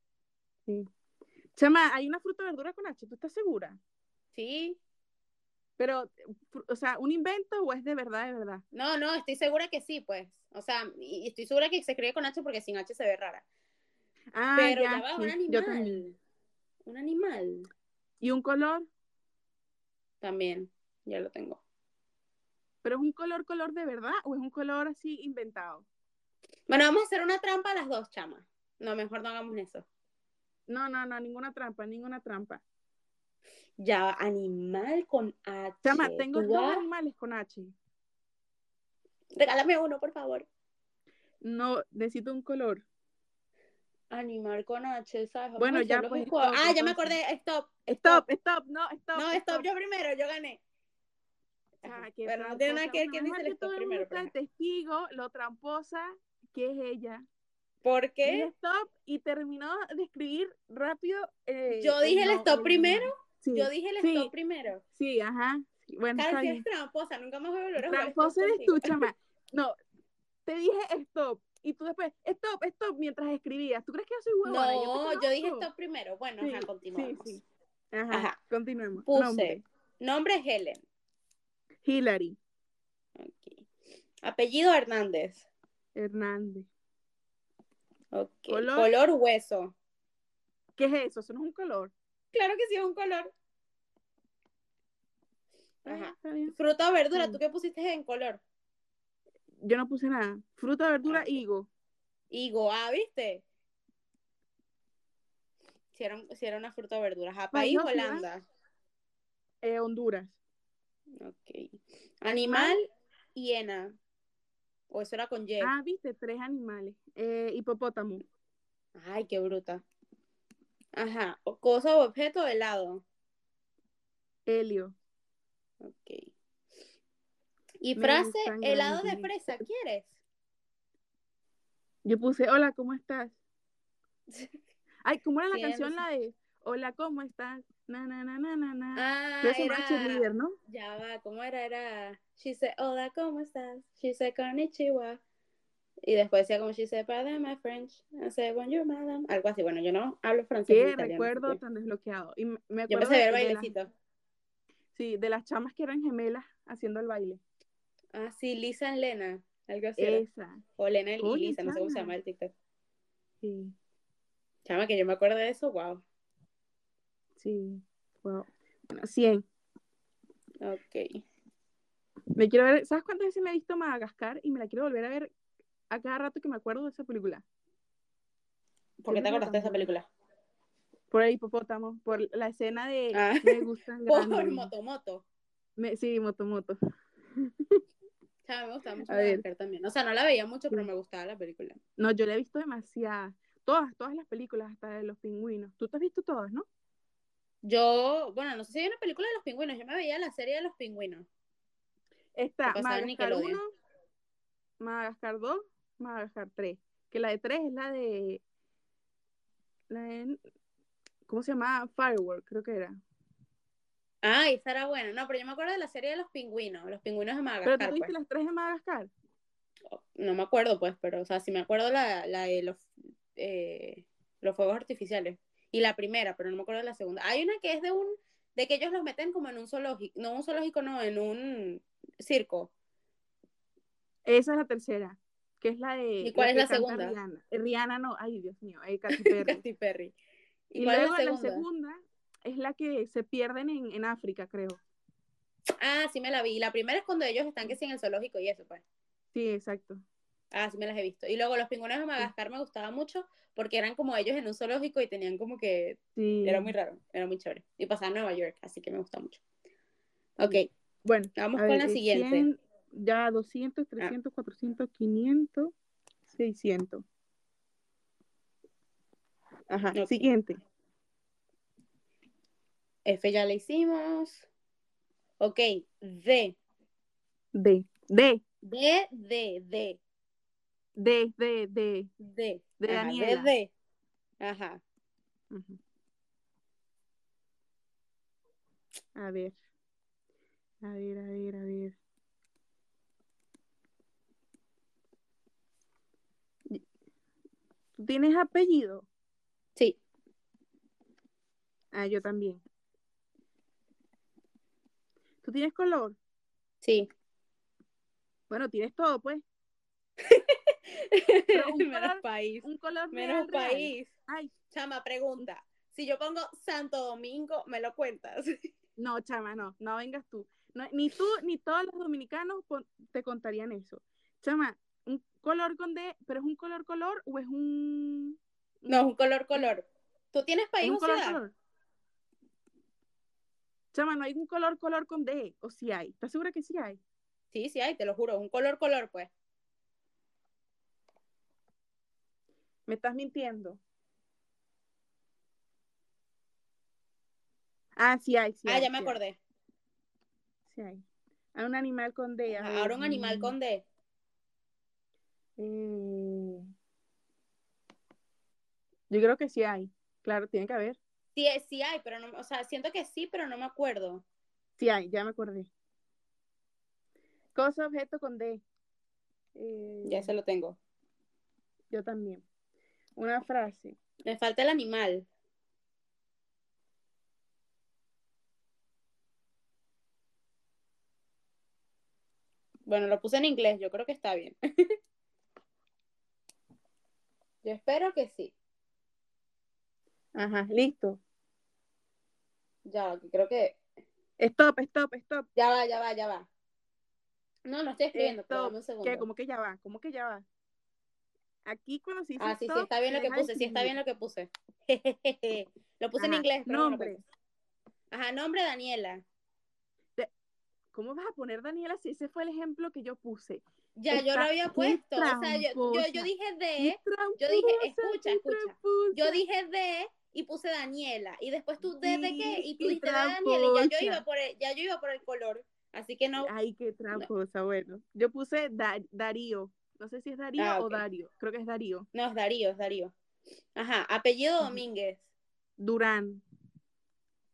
Chama, hay una fruta o verdura con H. ¿Tú estás segura?
Sí.
Pero, fru- o sea, ¿un invento o es de verdad, de verdad?
No, no, estoy segura que sí, pues. O sea, y y estoy segura que se escribe con H porque sin H se ve rara.
Ah,
pero ya, va,
sí,
un
yo también.
animal. Un animal.
Y un color,
También, ya lo tengo.
pero es un color, color de verdad o es un color así inventado.
Bueno, vamos a hacer una trampa a las dos, chama. No, mejor no hagamos eso.
No, no, no, ninguna trampa, ninguna trampa.
Ya, va, animal con H.
Chama, tengo
Tú
dos
vas-
animales con H.
Regálame uno, por favor.
No, necesito un color.
Animal con H, ¿sabes? Vamos
Bueno,
a
ya,
hacerlo
pues,
juntos.
stop,
ah, ya me
entonces.
acordé. Stop.
Stop, stop, no, stop.
No, stop, yo primero, yo gané.
Ah,
Ajá.
qué
Pero no
tramposa,
tiene nada que ver
bueno,
quién
menos
dice
mal
el
que todo
stop
el mundo
primero.
está de
pero ajá.
testigo lo tramposa que es ella.
¿Por
Dije
qué?
stop y terminó de escribir rápido. eh,
Yo dije el stop primero,
Sí,
Yo dije el
sí.
stop primero.
sí, ajá. Sí, Bueno,
Claro,
está
si
bien.
eres tramposa, nunca más voy a volver a jugar.
Tramposa
stop
eres tú,
contigo.
chama. No, te dije stop. Y tú después, stop, stop, mientras escribías. ¿Tú crees que yo soy huevona?
No,
te
yo dije
conozco.
stop primero. Bueno,
Sí,
ajá, continuamos.
sí, sí. Ajá,
Ajá.
continuemos.
Puse.
Nombre.
Nombre es Helen.
Hillary
Ok. Apellido Hernández.
Hernández.
Ok.
Color.
Color. hueso.
¿Qué es eso? Eso no es un color.
Claro que sí, es un color.
Bueno,
Ajá.
Ah, está bien.
Fruta o verdura,
Mm.
¿tú qué pusiste en color?
Yo no puse nada. Fruta, verdura,
Ah, ok.
higo.
Higo, ah, ¿viste? Si era, un- si era una fruta o verdura. Ajá, país
País o ciudad.
Holanda.
Eh, Honduras.
Ok. Animal, hiena. O eso era con Y.
Ah, viste, tres animales. Eh, hipopótamo.
Ay, qué bruta. Ajá. O cosa o objeto o helado.
Helio.
Ok. Y
Me
frase,
gustan
helado de
grandes.
fresa, ¿quieres?
Yo puse, hola, ¿cómo estás? Ay, ¿cómo era la
Sí,
canción?
no sé.
La de, hola, ¿cómo estás? Na, na, na, na, na, na.
Ah,
Pero eso no es
era.
cheerleader, ¿no?
Ya va, ¿cómo era? Era. She said, hola, ¿cómo estás? She said, konnichiwa. Y después decía como she said, pardon my French. I said, bonjour, madam. Algo así. Bueno, yo no hablo francés. ni
Qué
italiano,
recuerdo
así que
tan desbloqueado. Y me- me
Yo
acuerdo
empecé a ver
de, de las,
bailecito.
sí, de las chamas que eran gemelas haciendo el baile.
Ah, sí, Lisa and Lena. Algo así. era.
Esa,
O Lena y
Oye,
Lisa, no sé cómo se
chama.
llama el TikTok.
sí,
Chama, que yo me acuerdo de eso, wow.
sí. Wow. Bueno, 100.
Ok.
Me quiero ver, ¿sabes cuántas veces me he visto Madagascar? Y me la quiero volver a ver a cada rato que me acuerdo de esa película.
¿Por qué te
película
acordaste de
tan
esa película?
Por el hipopótamo, por la escena de
Ah.
me gustan
Por
grandes.
Motomoto.
Me- sí, Motomoto.
Chama, me gustaba mucho
A ver.
Madagascar también. O sea, no la veía mucho,
Mm.
pero me gustaba la película.
No, yo la he visto demasiadas. Todas, todas las películas, hasta de los pingüinos. Tú te has visto todas, ¿no?
Yo, bueno, no sé si hay una película de los pingüinos. Yo me veía la serie de los pingüinos.
Está
Que pasaba en
Madagascar 1,
Nickelodeon.
Madagascar 2, Madagascar 3. Que la de 3 es la de, la de- ¿Cómo se llamaba? Firework, creo que era.
Ah, esa era buena. No, pero yo me acuerdo de la serie de los pingüinos. Los pingüinos de
Pero tú te
Madagascar,
viste
pues.
las 3 de Madagascar.
No me acuerdo, pues, pero, o sea, sí me acuerdo la, la de los, eh, los fuegos artificiales. Y la primera, pero no me acuerdo de la segunda. Hay una que es de un, de que ellos los meten como en un zoológico, no un zoológico, no, en un circo.
Esa es la tercera, que es la de.
¿Y cuál es
que
la
canta
segunda?
Rihanna. Eh, Rihanna no, ay Dios mío, ay, Katy Perry.
Katy Perry. ¿Y,
y
cuál
luego
es
la
la segunda?
segunda es la que se pierden en, en África, creo.
Ah, sí me la vi. La primera es cuando ellos están que sí en el zoológico y eso, pues.
Sí, exacto.
Ah, sí me las he visto. Y luego los pingüinos de Madagascar me gustaba mucho porque eran como ellos en un zoológico y tenían como que
Sí.
era muy raro, era muy chévere. Y pasaba en Nueva York, así que me gusta mucho. Ok,
Bueno,
vamos
a
con
ver,
la
de
siguiente. Ah.
100, ya 200, 300, 400, 500, 600. Ajá,
Ok.
siguiente.
F ya la hicimos. Ok, D.
D. D.
D, D,
D.
D,
D. D.
D.
De
Ajá,
Daniela.
D, D. Ajá.
Ujú. A ver. A ver, a ver, a ver. ¿Tú tienes apellido?
Sí.
Ah, yo también. ¿Tú tienes color?
Sí.
Bueno, tienes todo, pues. un
Menos
color-
país.
Un color real,
Menos
real.
país.
Ay,
Chama, pregunta. Si yo pongo Santo Domingo, ¿me lo cuentas?
no, chama, no, no vengas tú. No, ni tú ni todos los dominicanos pon- te contarían eso. Chama, un color con D, pero es un color color o es un
No, es un color, color. ¿Tú tienes
es
país
un
o
color
ciudad?
color. Chama, no hay un color color con D, o si hay. ¿Estás segura que sí hay?
Sí, sí, hay, te lo juro. Un color, color, pues.
Me estás mintiendo. Ah, sí hay, sí
Ah,
hay,
ya me
sí hay,
acordé.
sí hay. Hay un animal con D. a
Ajá,
ver,
Ahora un animal
mm.
con D.
Eh, Yo creo que sí hay. Claro, tiene que haber.
Sí, eh, sí hay, pero no, o sea, siento que sí, pero no me acuerdo.
Sí hay, ya me acordé. Cosa, objeto con D. Eh,
Ya se lo tengo.
Yo también. Una frase.
Me falta el animal. Bueno, lo puse en inglés, yo creo que está bien. yo espero que sí.
Ajá, listo.
Ya, creo que.
Stop, stop, stop.
Ya va, ya va, ya va. No, no estoy escribiendo, pero
Stop.
dame un segundo.
¿Qué? ¿Cómo que ya va? ¿Cómo que ya va? Aquí cuando se dice
Ah, sí, sí,
stop,
está bien lo
se
que
deja de
puse, sí está
escribir.
bien lo que puse. lo puse en
Ajá,
inglés, pero no me lo
nombre.
acuerdo. Ajá, nombre Daniela.
¿Cómo vas a poner Daniela si ese fue el ejemplo que yo puse?
Ya, yo
Está
lo había
muy
puesto. O sea, yo, yo, yo
tramposa.
dije
Qué
de, ¿Eh? yo dije,
tramposa,
escucha,
qué
escucha.
tramposa.
yo dije de y puse Daniela. Y después tú de, de qué, y tú
Sí,
dijiste de Daniela. Y ya yo iba
tramposa.
por el, ya yo iba por el color. Así que no.
Ay, qué tramposa, bueno. Yo puse Da- Darío. No sé si es Darío
Ah,
o
ok.
Dario. Creo que es Darío.
No, es Darío, es Darío. Ajá, apellido
Ujú.
Domínguez.
Durán,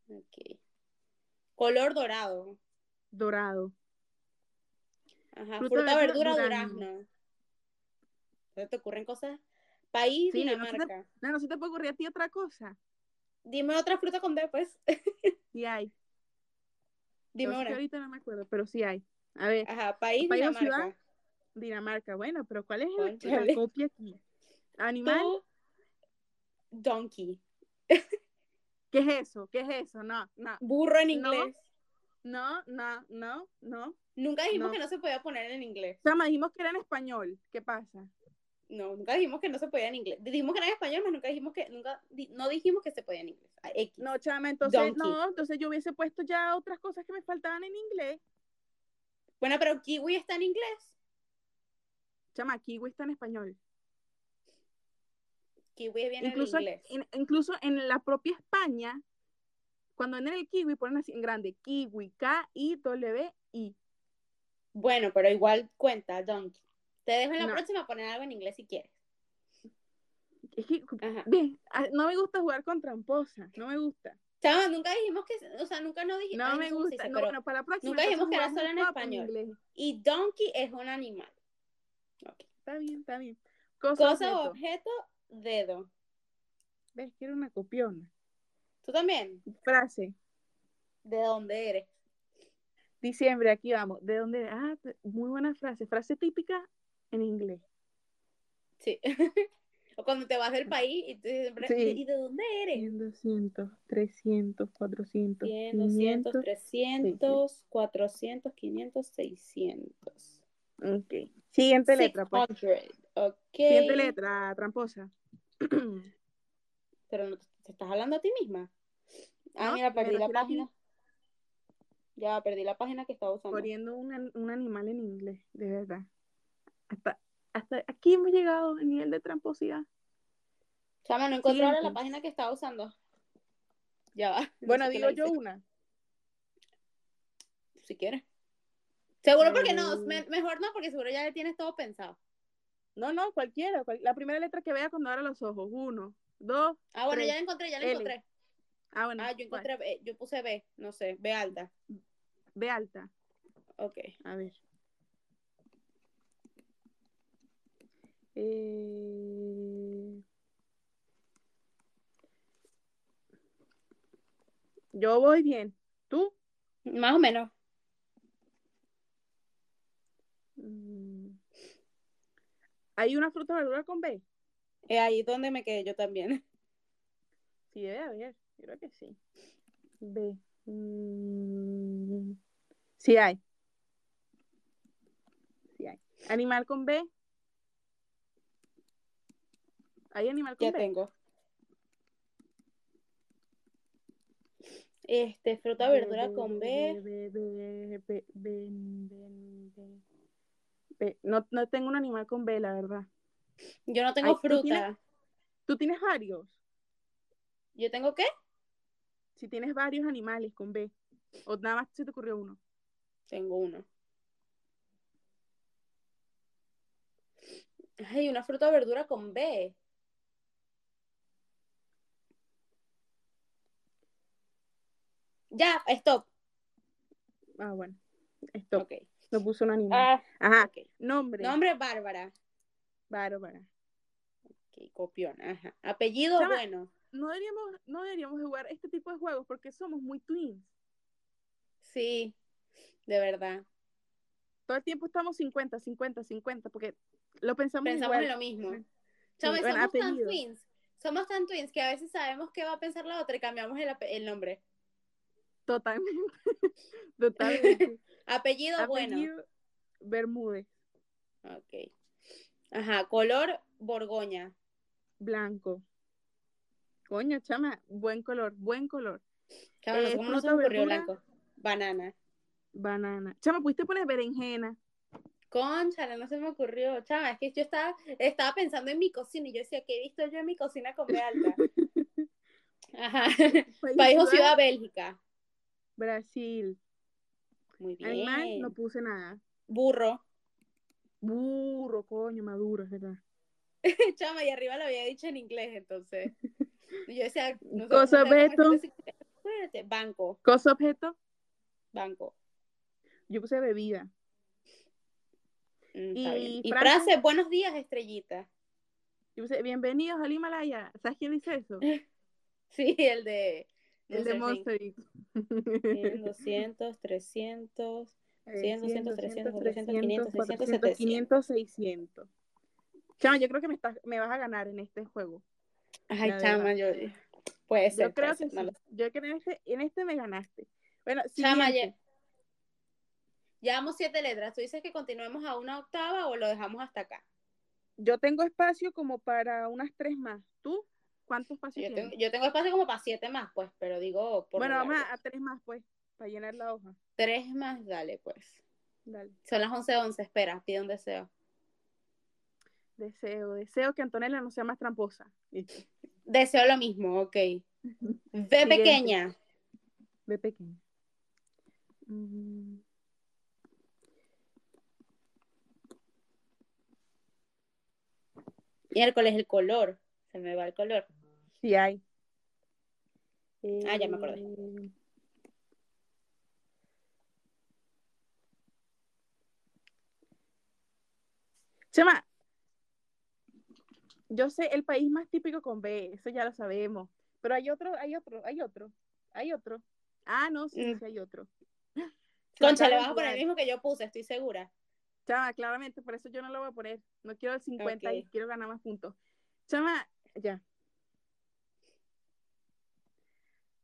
Ok. Color dorado.
dorado.
Ajá,
Fruta,
fruta, verdura,
verdura,
durazno. ¿No te ocurren cosas? País,
Sí, no se te-
Dinamarca.
No, no se te puede ocurrir a ti otra cosa.
Dime otra fruta con D, pues.
Sí hay.
Dime
Yo sé que
ahora. Ah.
ahorita no me acuerdo, pero sí hay. A ver,
Ajá, país,
¿País o
Dinamarca.
Dinamarca. Bueno, pero ¿cuál es el-
Cónchale.
la copia aquí? Animal,
Tú, donkey.
¿qué es eso? ¿Qué es eso? No, no,
Burro en
No.
inglés.
no, no, no, no.
Nunca dijimos
No.
que no se podía poner en inglés.
O sea, me dijimos que era en español. ¿Qué pasa?
No, nunca dijimos que no se podía en inglés. Dijimos que era en español, pero nunca dijimos que, nunca, di- no dijimos que se podía en inglés. Ah, X.
No, chama, entonces,
Donkey.
no, entonces yo hubiese puesto ya otras cosas que me faltaban en inglés.
Bueno, pero kiwi está en inglés.
Chama, kiwi está en español.
Kiwi viene
Incluso
en inglés.
en, incluso en la propia España, cuando venden el kiwi, ponen así en grande, kiwi, K-I-W-I.
Bueno, pero igual cuenta, donkey. Te dejo en la
No.
próxima poner algo en inglés si quieres.
Es que,
Ajá.
ve, ah, no me gusta jugar con tramposa, no me gusta.
Chama, nunca dijimos que, o sea, nunca no dijimos.
No me gusta. No, bueno, para la próxima.
nunca dijimos
entonces
que
jugamos
era solo en
swap
español.
inglés.
Y donkey es un animal.
Está bien, está bien. Cosa,
Cosa
objeto.
objeto, dedo.
Ves que era una copiona.
¿Tú también?
Frase.
¿De dónde eres?
Diciembre, aquí vamos. ¿De dónde? Ah, t- muy buena frase. Frase típica en inglés.
Sí. o cuando te vas del país y tú siempre,
Sí.
¿y de dónde eres?
100, 200, 300, 400,
100, 200,
500.
300, 400, 500, 600.
Ok. Siguiente letra, pues.
600, Ok.
Siguiente letra, tramposa.
Pero no, te estás hablando a ti misma. Ah,
No,
mira,
me
perdí la
refiero a ti.
página. Ya, perdí la página que estaba usando.
Poniendo un, an- un animal en inglés, de verdad. Hasta, hasta aquí hemos llegado a nivel de tramposidad.
Chama, no encontré ahora la
Siguiente.
página que estaba usando. Ya va. no
Bueno,
sé qué
digo
la hice.
yo una.
Si quieres. Seguro porque no,
Mm.
me- mejor no, porque seguro ya le tienes todo pensado.
No, no, cualquiera. cual- la primera letra que vea cuando abra los ojos. Uno, dos.
Ah, bueno,
Tres.
ya la encontré, ya la
L.
encontré.
Ah, bueno.
Ah, yo
¿cuál?
encontré, B, yo puse B, no sé, B alta.
B alta.
Ok.
A ver. Eh, Yo voy bien. ¿Tú?
Más o menos.
Mm. ¿Hay una fruta o verdura con B?
Es Eh, ahí donde me quedé yo también.
Sí, debe haber. Yo creo que sí. B. Mm. Sí hay. Sí hay. ¿Animal con B? ¿Hay animal con
Ya
B?
tengo. Este, fruta,
Be-
verdura
be-
con
be- be-
B.
be- be- ben- ben- ben- be- No, no tengo un animal con B, la verdad.
Yo no tengo
Ay, ¿tú
fruta.
tienes? Tú tienes varios.
¿Yo tengo qué?
Si tienes varios animales con B. O nada más se te ocurrió uno.
Tengo uno. Ay, una fruta o verdura con B. Ya, stop.
Ah, bueno. Esto.
Ok.
No puso un animal.
Ah,
Ajá.
ok.
Nombre.
Nombre Bárbara.
Bárbara.
Ok, copión. Ajá. Apellido
Chama.
bueno.
No deberíamos, no deberíamos jugar este tipo de juegos porque somos muy twins.
Sí, de verdad.
Todo el tiempo estamos 50, 50, 50, porque lo pensamos,
Pensamos
igual.
en lo mismo.
Sí,
Chama,
bueno,
somos tan
apellido.
twins. Somos tan twins que a veces sabemos qué va a pensar la otra y cambiamos el, ape- el nombre.
Totalmente. Totalmente.
Apellido, bueno.
Apellido, Bermúdez.
Ok. Ajá, color Borgoña.
Blanco. Coño, chama, buen color, buen color.
Chama, no
Eh,
sé ¿cómo no se
fruta,
me ocurrió
verdura.
blanco? Banana.
Banana. Chama, ¿pudiste poner berenjena?
Cónchale, no se me ocurrió. Chama, es que yo estaba, estaba pensando en mi cocina y yo decía, ¿qué he visto yo en mi cocina con B alta? Ajá. País o ciudad, Bélgica.
Brasil.
Muy bien.
Animal, no puse nada.
Burro.
Burro, coño, maduro, es verdad.
Chama, y arriba lo había dicho en inglés, entonces. Y Yo decía, no sé,
Cosa,
no sé cómo
Beto.
decirlo, espérate, este, Banco,
Cosa objeto,
banco.
yo puse bebida.
Mm, está
Y
bien. Y,
frase.
frase, buenos días, estrellita.
Yo puse bienvenidos al Himalaya. ¿Sabes quién dice eso?
Sí, el de.
El de
Monster
Monster Inc.
100, 200, 300.
Eh,
100, 200, 300, 400, 500,
400, 500, 600. Chama, yo creo que me, estás, me vas a ganar en este juego.
Ay,
La
chama, yo. Puede ser.
Yo creo
puede
que
ser,
sí.
no lo sé.
Yo creo que en este, en este me ganaste. Bueno,
Chama,
siguiente.
lle- llevamos siete letras. ¿Tú dices que continuemos a una octava o lo dejamos hasta acá?
yo tengo espacio como para unas tres más. ¿Tú? ¿Cuántos espacios
Yo
tienes?
tengo, yo tengo espacio como para siete más, pues, pero digo, por lo
Bueno, vamos
largo.
a, a tres más, pues, para llenar la hoja.
Tres más, dale, pues.
Dale.
Son las 11.11, espera, pide un deseo.
Deseo, deseo que Antonella no sea más tramposa. Listo.
Deseo lo mismo, ok.
Siguiente.
Ve pequeña.
Ve pequeña. Mm.
Miércoles, el color. Se me va el color.
Sí hay.
Ah, ya me acordé.
Eh, Chama, Yo sé el país más típico con B, eso ya lo sabemos. Pero hay otro, hay otro, hay otro, hay otro. Ah, no, sí,
Mm.
sí hay otro. Se me
Concha,
acaba
le
de
vas a poner el
olvidar.
mismo que yo puse, estoy segura.
Chama, claramente, por eso yo no lo voy a poner. No quiero el 50 y
Ok.
quiero ganar más puntos. Chama, ya.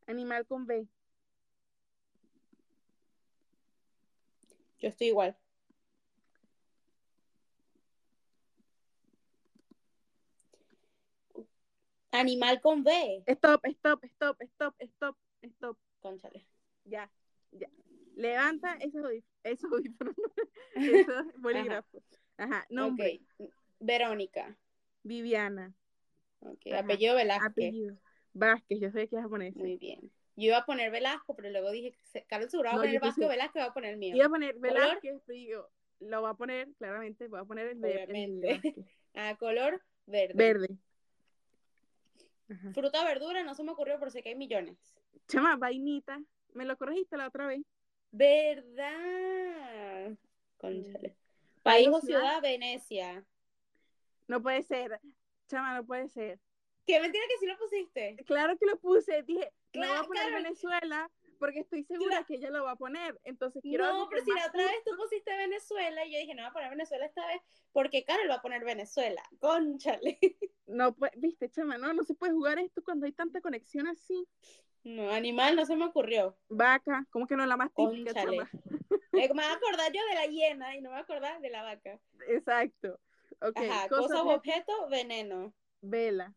Animal con B.
Yo estoy igual. Animal con B.
Stop, stop, stop, stop, stop, stop.
Conchale.
Ya, ya. Levanta esos audif- esos audífonos, esos bolígrafos. Ajá, nombre.
Ok. Verónica.
Viviana.
Ok,
Ajá.
Apellido Velázquez.
Apellido. Vázquez, yo sé que vas a poner. ese.
Muy bien. Yo iba a poner Velasco, pero luego dije, se- Carlos seguro va a
No, yo
poner
puse-
Vasco Velasco, va a poner el mío.
Iba a poner
¿Color?
Velázquez, pero digo, lo voy a poner, claramente, voy a poner el de- el
Obviamente.
Vázquez.
Ah, color verde.
Verde. Ajá.
Fruta, verdura, no se me ocurrió, pero sé que hay millones.
Chama, vainita. Me lo corregiste la otra vez.
¿Verdad?
Mm.
Cónchale. País o
ciudad?
ciudad, Venecia.
No puede ser. Chama, no puede ser.
Qué mentira que sí lo pusiste.
Claro que lo puse. Dije, no voy a
Claro,
poner
claro.
Venezuela porque estoy segura
Claro.
que ella lo va a poner. Entonces quiero.
No,
algo
pero
que
si
más-
la otra vez tú pusiste Venezuela, y yo dije, no voy a poner Venezuela esta vez, porque Carol va a poner Venezuela. Cónchale.
No, pu- viste, chama, no, no se puede jugar esto cuando hay tanta conexión así.
No, animal no se me ocurrió.
Vaca, ¿cómo que no la más típica,
Cónchale.
chama?
Eh, Me voy a acordar yo de la hiena y no me voy a acordar de la vaca.
Exacto. Ok,
Ajá,
cosa
cosa u
de
objeto, veneno.
vela.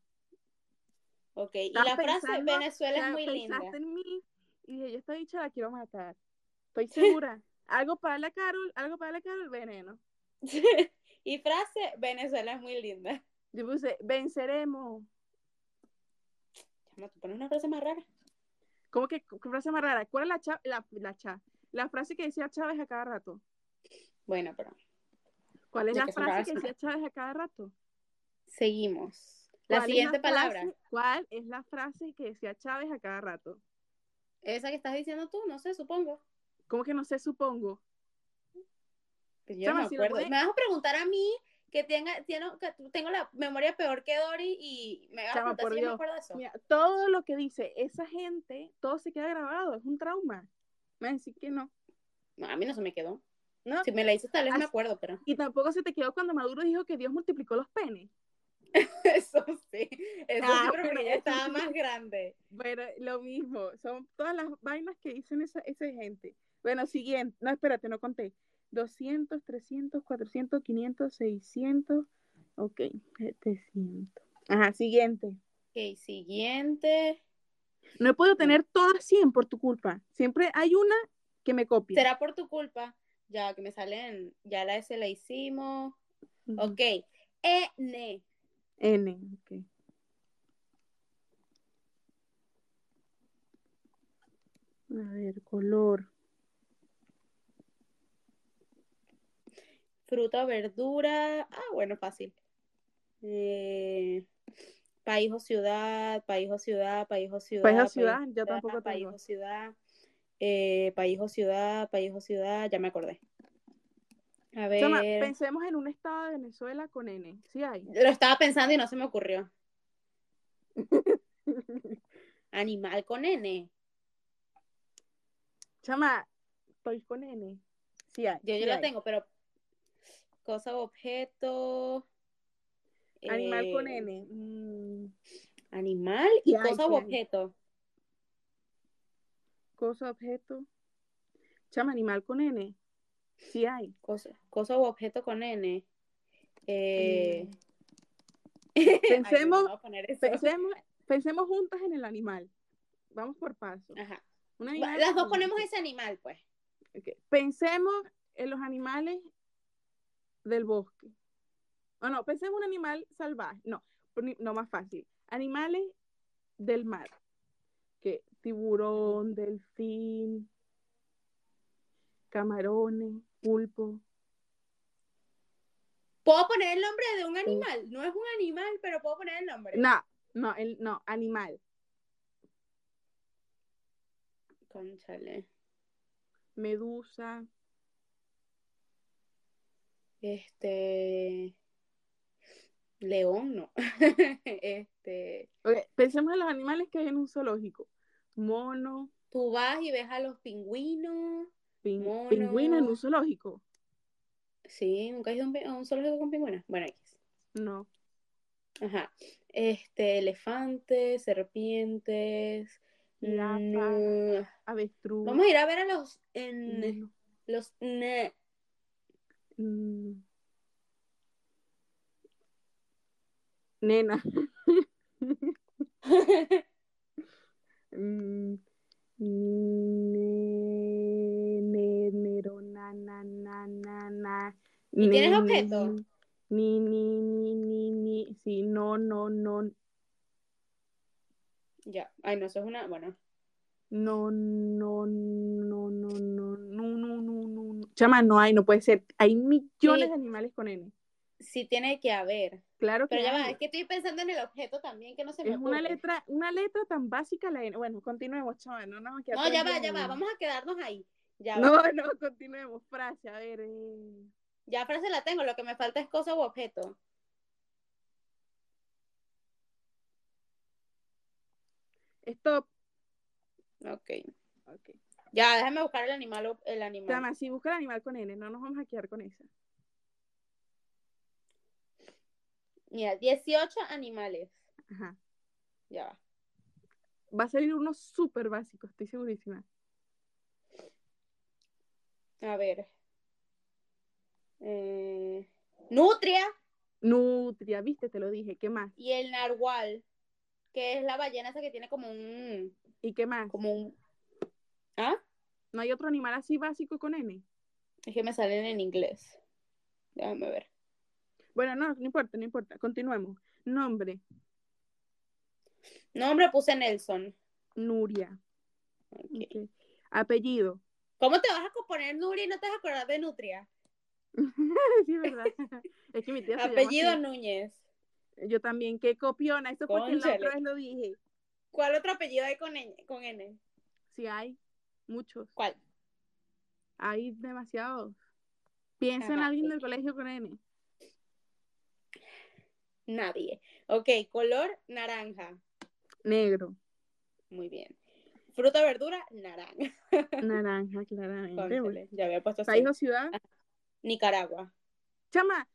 Ok, y
Estás
la frase
pensando,
Venezuela
Ya
es muy linda.
pensaste en mí y dije, yo esta bicha la quiero matar. Estoy segura. algo para la Carol, algo para la Carol, veneno.
y frase Venezuela es muy linda.
Yo puse, venceremos.
Chama, tú pones una frase más rara.
¿Cómo que qué frase más rara? ¿Cuál es la cha, la, la cha? La frase que decía Chávez a cada rato.
Bueno, pero
¿Cuál es
De
la
que son
frase
raras,
que
son
decía Chávez a cada rato?
seguimos. La
¿Cuál es
siguiente
frase-
palabra,
¿Cuál es la frase que decía Chávez a cada rato?
esa que estás diciendo tú, no sé, supongo.
¿Cómo que no sé, supongo?
Que Pues Yo
Chama,
no me
si lo
acuerdo.
puedes-
Me vas a preguntar a mí que tenga, tiene- que tú- tengo la memoria peor que Dori y me vas a
Chama,
preguntar
por
si yo me
Dios.
acuerdo de eso.
Mira, todo lo que dice esa gente, todo se queda grabado, es un trauma. Me van a decir que no.
No, a mí no se me quedó.
¿No?
Si me la dices tal vez me
Así-
acuerdo, pero
Y tampoco se te quedó cuando Maduro dijo que Dios multiplicó los penes.
eso sí, eso
Ah,
sí, pero
bueno,
porque ya
eso
estaba
sí.
más grande.
Bueno, lo mismo, son todas las vainas que dicen esa, esa gente. Bueno, siguiente, no, espérate, no conté. 200, 300, 400, 500, 600, ok, 700. Ajá, siguiente.
Ok, siguiente.
No he podido tener todas 100 por tu culpa. Siempre hay una que me copia.
¿Será por tu culpa? Ya que me salen, ya la S la hicimos.
Ujú.
Ok, E N.
N, ok. A ver, color.
Fruta o verdura. Ah, bueno, fácil. Eh, país o ciudad, país o ciudad, país o ciudad.
País o ciudad, yo
ciudad,
tampoco
País
tengo.
o ciudad, eh, país o ciudad, país o ciudad. Ya me acordé. A ver.
Chama, pensemos en un estado de Venezuela con N. Sí hay.
Lo estaba pensando y no se me ocurrió. Animal con N.
Chama, estoy con N. Sí hay.
Yo,
sí
yo la
hay.
tengo, pero. Cosa o objeto.
Animal con
eh,
N. Mm,
Animal y
Sí hay,
cosa
sí
o
hay.
objeto.
cosa, objeto. Chama, animal con N. Sí hay.
Cosa, cosa o objeto con N. Eh,
Mm.
ay,
Eh, Pensemos-
no, no voy a poner eso.
Pensemos, pensemos juntas en el animal. Vamos por paso.
Ajá.
Un
Bueno,
animal
Ah, Las dos
con N.
ponemos ese animal, pues.
Ok, Pensemos en los animales del bosque. O no, pensemos en un animal salvaje. No, ni- no más fácil. Animales del mar. Que tiburón, delfín, camarones, pulpo.
¿Puedo poner el nombre de un animal? No es un animal, pero puedo poner el nombre.
No, no, el, no, animal.
Cónchale.
Medusa.
Este. León no. este,
Ok, pensemos en los animales que hay en un zoológico. Mono,
tú vas y ves a los pingüinos.
pin-
Mono.
pingüino en un zoológico.
Sí, nunca has ido a un, pi- a un zoológico con pingüinos. Bueno, X.
No.
Ajá. Este, elefantes, serpientes.
Jirafas.
no.
Avestruz.
Vamos a ir a ver a los en,
mono,
los ne-
mm. Nena. Mm, ne- ne- nero, na, na, na, na, na.
¿Y tienes
Ne-
objeto?
Ni, ni, ni, ni, ni. Sí, no, no, no,
Ya. Ay, no, eso es una. Bueno.
No, no, no, no, no, no, no, no, no, no. Chama, no hay, no puede ser. Hay millones
Sí.
de animales con N.
Sí tiene que haber.
Claro que
Pero ya va,
hay.
es que estoy pensando en el objeto también, que no se me
Es una
ocurre.
letra, una letra tan básica la N. Bueno, continuemos, chama, no nos va a quedar
No,
todo el
ya va,
día
ya va.
en-
Vamos a quedarnos ahí. Ya va.
No, no, continuemos, frase, a ver. eh.
Ya frase la tengo, lo que me falta es cosa u objeto.
Stop.
Ok.
Ok.
Ya, déjame buscar el animal. o- El animal.
Chama, sí, busca el animal con N, no nos vamos a quedar con esa.
Mira, 18 animales.
Ajá.
Ya va.
Va a salir uno súper básico, estoy segurísima.
A ver. Eh, nutria
Nutria, viste, te lo dije. ¿Qué más?
y el narwhal, que es la ballena esa que tiene como un,
¿Y qué más?
como un. Ah,
¿No hay otro animal así básico con N?
es que me salen en inglés. Déjame ver.
Bueno, no, no importa, no importa. Continuemos. Nombre,
Nombre puse Nelson.
Nuria.
Ok.
Ok. Apellido.
¿Cómo te vas a poner Nuri y no te vas a acordar de Nutria?
sí, ¿verdad? es que mi tía se llama
Apellido
así.
Núñez.
Yo también, qué copiona. Eso porque la
Cónchale.
otra vez lo dije.
¿Cuál otro apellido hay con N? Con N?
Sí hay muchos.
¿Cuál?
Hay demasiados. Piensa en
Ajá,
alguien
sí.
del colegio con N.
Nadie. Ok, color naranja.
Negro,
Muy bien. Fruta, verdura, naranja.
naranja, claramente. bueno.
Cónchale, ya había puesto así.
País o ciudad.
Nicaragua.
Chama,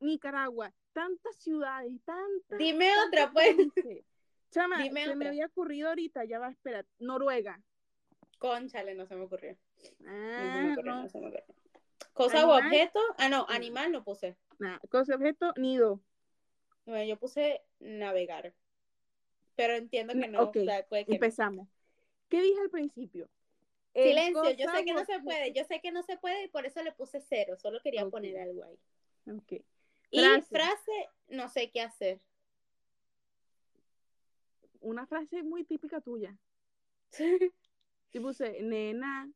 Nicaragua. Tantas ciudades, tantas.
Dime
tantos
otra, pues.
países. Chama,
Dime
se me
otra.
había ocurrido ahorita, ya va, espera. Noruega.
Conchale, no se me ocurrió. No se me
Ah,
ocurrió,
no.
no se me ocurrió. Cosa o
Animal. Mm.
objeto. Ah, no, animal no puse.
Nada, cosa, objeto, nido.
Bueno, yo puse navegar. Pero entiendo que no.
Mm, Ok,
o sea, puede que no.
Empezamos. ¿Qué dije al principio? El
Silencio, yo
cosa
sé que no se
u-
puede, yo sé que no se puede y por eso le puse cero. Solo quería
Ok.
poner algo ahí.
Ok.
Y
Frase.
frase, no sé qué hacer.
Una frase muy típica tuya. Y puse, nena,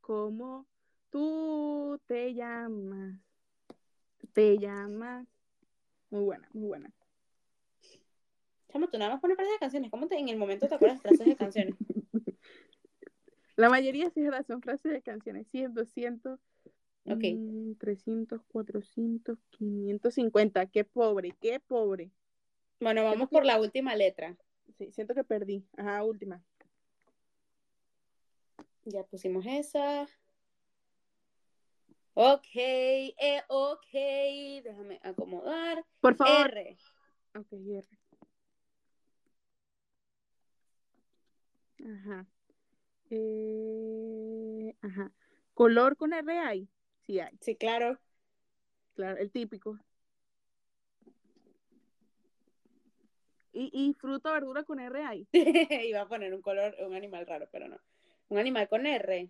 ¿cómo tú te llamas? Te llamas. Muy buena, muy buena.
Chamo, tú nada más pones frases de canciones. ¿Cómo te, en el momento te acuerdas de frases de canciones?
La mayoría sí es verdad, son frases de canciones. 100, 200,
Ok.
mm, 300, 400, 550. Qué pobre, qué pobre.
Bueno, vamos por la última letra.
Sí, siento que perdí. Ajá, última.
Ya pusimos esa. Ok, eh, ok. Déjame acomodar.
Por favor.
R.
Ok, R. Ajá. Eh, ajá. ¿Color con R hay? Sí hay,
Sí, claro.
claro, el típico. ¿Y, y fruta, verdura con R hay?
Iba a poner un color, un animal raro, pero no. Un animal con R.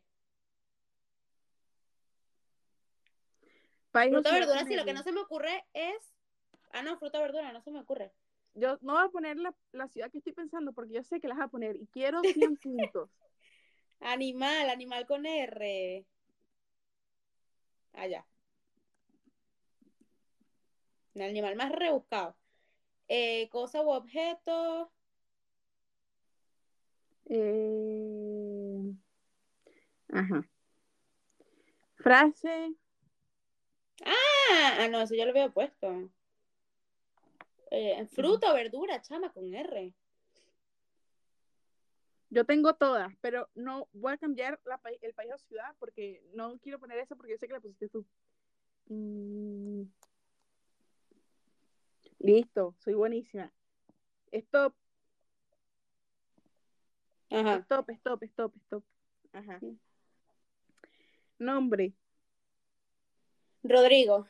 País o
Fruta,
ciudad
verdura,
con
sí, lo que
R.
no se me ocurre es. Ah, no, fruta, verdura, no se me ocurre.
Yo no voy a poner la, la ciudad que estoy pensando porque yo sé que las voy a poner y quiero 100 puntos.
Animal, animal con R. Ah, Allá. El animal más rebuscado. Eh, cosa u objeto.
Eh, ajá. Frase.
Ah, ah, no, eso yo lo había puesto. Eh, fruta o verdura, chama, con R.
Yo tengo todas, pero no voy a cambiar la pa- el país o ciudad porque no quiero poner eso porque yo sé que la pusiste tú. Mm. Listo, soy buenísima. Stop,
Ajá.
stop, stop, stop, stop. Ajá.
Ah. Sí.
Nombre,
Rodrigo.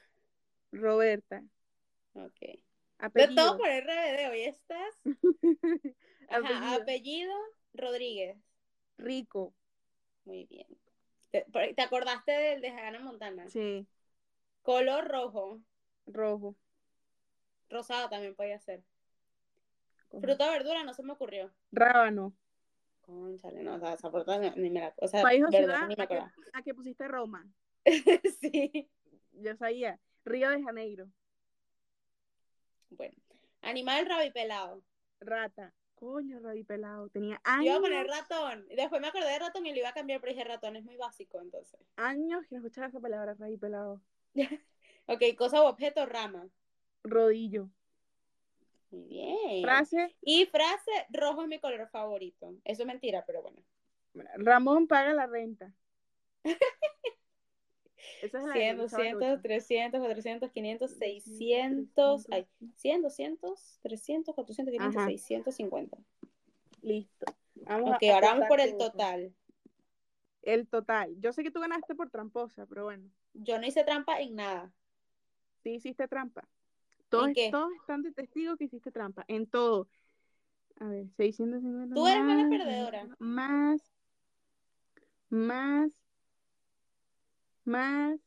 Roberta.
Ok. Yo
Apellido.
todo por RBD, hoy estás. Ajá,
Apellido.
apellido Rodríguez.
Rico.
Muy bien. Te, por- te acordaste del de Hannah Montana.
Sí,
Color rojo.
rojo.
Rosado también podía ser. Fruta o verdura no se me ocurrió.
Rábano.
Cónchale, no, o sea, esa fruta ni, ni me la. O sea,
País o
verdura
ciudad,
ni Ah, me
¿a qué,
acordaba.
a qué pusiste Roma?
sí.
Yo sabía. Río de Janeiro.
Bueno. Animal rabipelado.
Rata. Coño, rabipelado. Tenía
Yo
años.
iba a poner ratón. Después me acordé de ratón y lo iba a cambiar, pero dije ratón es muy básico, entonces.
Años que no escuchaba esa palabra, rabipelado.
Ok, cosa o objeto, rama.
Rodillo.
Muy bien.
Frase.
Y frase, rojo es mi color favorito. Eso es mentira, pero bueno.
Ramón paga la renta. Esa es la
100,
de Chava
200,
Tocho.
300, 400, 500, 600.
300.
Ay, 100, 200, 300, 400, 500,
Ajá.
650.
Listo. Vamos a-
Ok,
a
ahora
contar
vamos por el
todo.
total.
El total. Yo sé que tú ganaste por tramposa, pero bueno.
Yo no hice trampa en nada.
Sí hiciste trampa. Todos,
¿En qué?
todos están de testigo que hiciste trampa. En todo. A ver, 650.
Tú eres mala
más,
perdedora.
Más. Más. Más.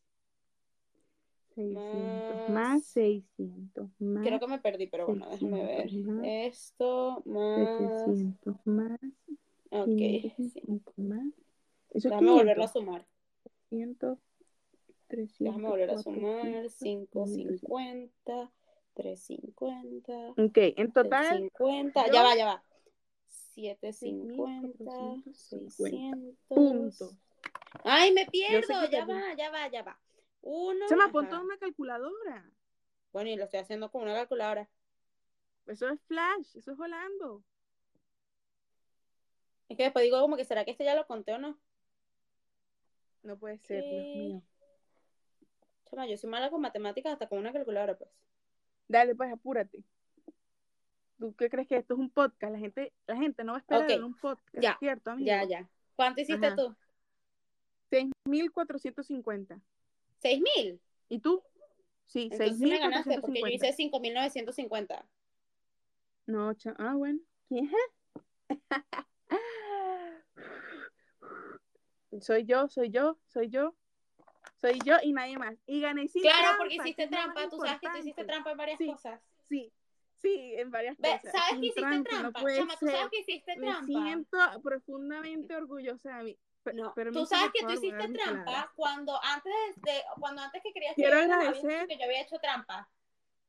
600. Más
Más.
600. Más.
Creo que me perdí, pero bueno, déjame ver.
600, más
Esto
700
más.
más.
Ok.
550 más. Eso es
Déjame
500,
volverlo a sumar.
300, 300,
Déjame volver a
400.
sumar. 550, 350.
Ok, en total,
50,
yo-
ya va, ya va. 750,
6.450.
600.
punto.
Ay, me
que
pierdo, ya
perdí.
va, ya va, ya va. Uno.
Chama,
ajá.
pon toda una calculadora.
Bueno, y lo estoy haciendo con una calculadora.
Eso es flash, eso es volando.
Es que después digo como que será que este ya lo conté o no.
No puede ser, Dios
Sí.
mío.
Chama, yo soy mala con matemáticas hasta con una calculadora, pues.
Dale, pues apúrate. ¿Tú qué crees que esto es un podcast? La gente, la gente no va a esperar
Ok,
en un podcast,
ya,
¿cierto, amigo?
Ya, ya. ¿Cuánto hiciste
Ajá.
tú?
6.450.
¿Seis mil?
¿Y tú? Sí,
Entonces sí me ganaste
6.450.
porque yo hice 5.950.
No, cha- ah, bueno. Soy yo, soy yo, soy yo, soy yo y nadie más. Y gané sin
Claro, porque
trampa, que
hiciste
es lo más
trampa. Tú sabes que tú hiciste
importante.
trampa en varias
Sí.
cosas.
Sí, sí, en varias
Ve,
cosas.
¿Sabes
Sin
que hiciste
trampa,
trampa?
no puede
Chama, tú
ser.
sabes que hiciste
Me
trampa.
siento profundamente orgullosa de mí. Pe-
No,
permíteme,
tú sabes que tú
por favor,
hiciste
guardar mis
trampa
palabras.
cuando antes de cuando antes que querías
Quiero
que habías
agradecer-
dicho que yo había hecho trampa.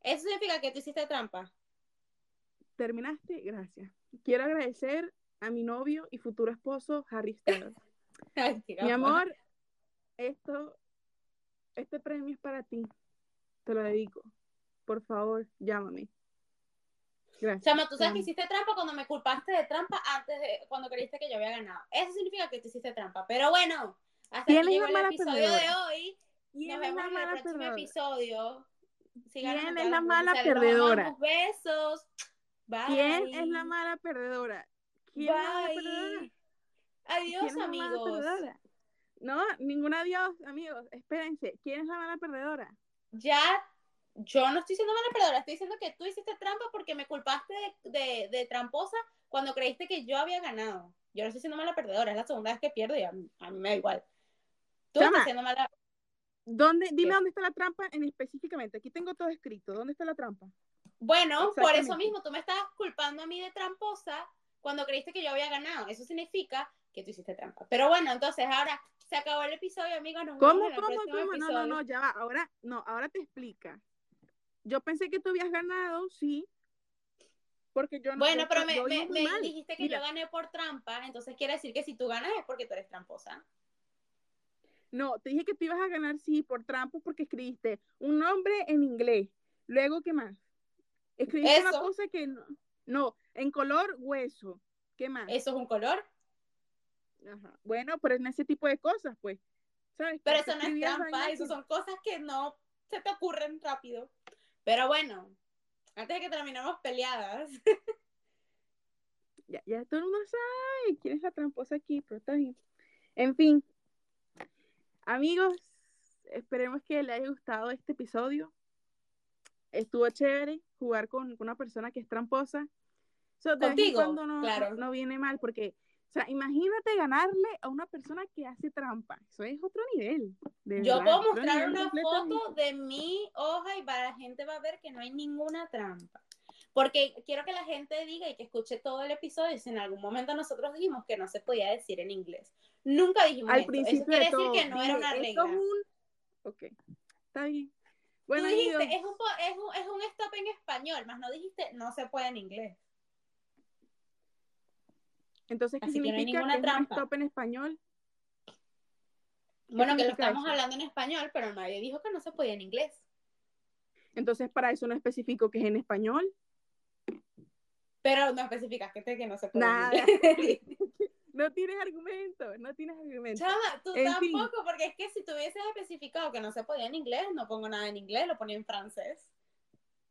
Eso significa que tú hiciste trampa.
Terminaste, gracias. Quiero agradecer a mi novio y futuro esposo, Harry Styles.
Ay, qué
mi
gafas.
amor, esto, este premio es para ti. Te lo dedico. Por favor, llámame. Gracias.
Chama, tú sabes que hiciste trampa cuando me culpaste de trampa antes de cuando creíste que yo había ganado. Eso significa que tú hiciste trampa. Pero bueno, hasta
¿Quién
aquí
es
llegó
la
el
mala
episodio de
perdedora?
hoy. Nos
¿Quién es
vemos
la
en el
mala
próximo
perdedora?
episodio. Síganos en
¿Quién
todas
es la
las redes
mala
sociales. Los
perdedora?
amamos. Besos. Bye.
¿Quién es la mala perdedora? ¿Quién es la mala perdedora?
Bye. Adiós,
¿Quién es la mala
amigos.
perdedora? No, ningún adiós, amigos. Espérense. ¿Quién es la mala perdedora?
ya yo no estoy siendo mala perdedora, estoy diciendo que tú hiciste trampa porque me culpaste de, de- de tramposa cuando creíste que yo había ganado. Yo no estoy siendo mala perdedora, es la segunda vez que pierdo y a mí, a mí me da igual. Tú
Chama.
estás siendo mala.
¿Dónde, dime
¿Qué?
dónde está la trampa en específicamente. Aquí tengo todo escrito. ¿Dónde está la trampa?
Bueno, por eso
Exactamente.
mismo, tú me estabas culpando a mí de tramposa cuando creíste que yo había ganado. Eso significa que tú hiciste trampa. Pero bueno, entonces ahora se acabó el episodio, amigos. Nos
¿Cómo,
vemos en el
cómo,
próximo
cómo? No, no,
episodio.
no, ya va. Ahora, no, ahora te explica. Yo pensé que tú habías ganado, sí. Porque yo no.
Bueno,
yo-
pero
yo
me,
iba
me-
muy
me
mal.
dijiste que
Mira.
yo gané por trampa, entonces quiere decir que si tú ganas es porque tú eres tramposa.
No, te dije que tú ibas a ganar, sí, por trampa, porque escribiste un nombre en inglés. Luego, ¿qué más? Escribiste una
Eso.
cosa que no. No, en color hueso. ¿Qué más?
Eso es un color,
Ajá. Bueno, pero en ese tipo de cosas, pues. ¿Sabes?
pero
Que
eso no es
escribías
trampa,
vainas
eso
que-
son cosas que no se te ocurren rápido. Pero bueno, antes de que terminemos peleadas,
Ya, ya todo el mundo sabe quién es la tramposa aquí, pero está bien. En fin, amigos, esperemos que les haya gustado este episodio. Estuvo chévere jugar con, con una persona que es tramposa. So, de vez en
Contigo,
cuando no,
claro.
no viene mal, porque, o sea, imagínate ganarle a una persona que hace trampa. Eso es otro nivel. de
yo
verdad,
puedo
otro
mostrar
nivel
una
completamente.
foto de mi hoja y va- la gente va a ver que no hay ninguna trampa. Porque quiero que la gente diga y que escuche todo el episodio si en algún momento nosotros dijimos que no se podía decir en inglés. Nunca dijimos
Al
esto.
principio
Eso quiere
de todo,
decir que no
dije,
era una
"Esto
regla.
es un- Ok, está bien. Bueno,
Tú dijiste,
amigos,
es un, po- es, un, es un stop en español, más no dijiste, no se puede en inglés.
Entonces, ¿qué
Así que no hay
significa que,
ninguna
es un
trampa.
stop en español?
Bueno, que lo
significa
estamos
eso?
hablando en español, pero nadie dijo que no se podía en inglés.
Entonces, para eso no especifico que es en español.
Pero no especificaste que no se podía
Nada.
en inglés.
No tienes argumento, no tienes argumento.
Chama, tú
En fin.
tampoco, porque es que si tú hubieses especificado que no se podía en inglés, no pongo nada en inglés, lo ponía en francés.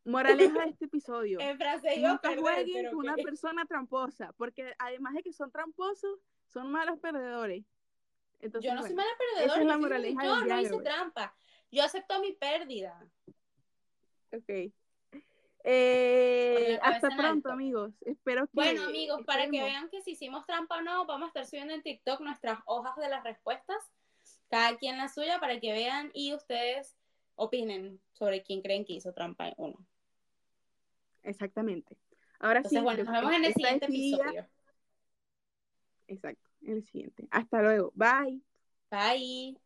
Moraleja de este episodio.
En francés Eh, iba a
Nunca
perder,
jueguen
pero
con una
¿qué?
persona tramposa, porque además de que son tramposos, son malos perdedores. Entonces,
Yo no soy
bueno,
mala
esa
perdedora,
es la
yo, soy
moraleja
como,
del
yo no
día de
hice
hoy".
trampa. Yo acepto mi pérdida.
ok. Eh,
Con la cabeza
hasta
en
pronto,
alto.
amigos. Espero que.
Bueno, amigos, para que
esperemos.
vean que si hicimos trampa o no, vamos a estar subiendo en TikTok nuestras hojas de las respuestas, cada quien la suya, para que vean y ustedes opinen sobre quién creen que hizo trampa o no.
Exactamente. Ahora
Entonces,
sí,
bueno, nos vemos en el
está
siguiente
decidida.
episodio.
Exacto, en el siguiente. Hasta luego. Bye.
Bye.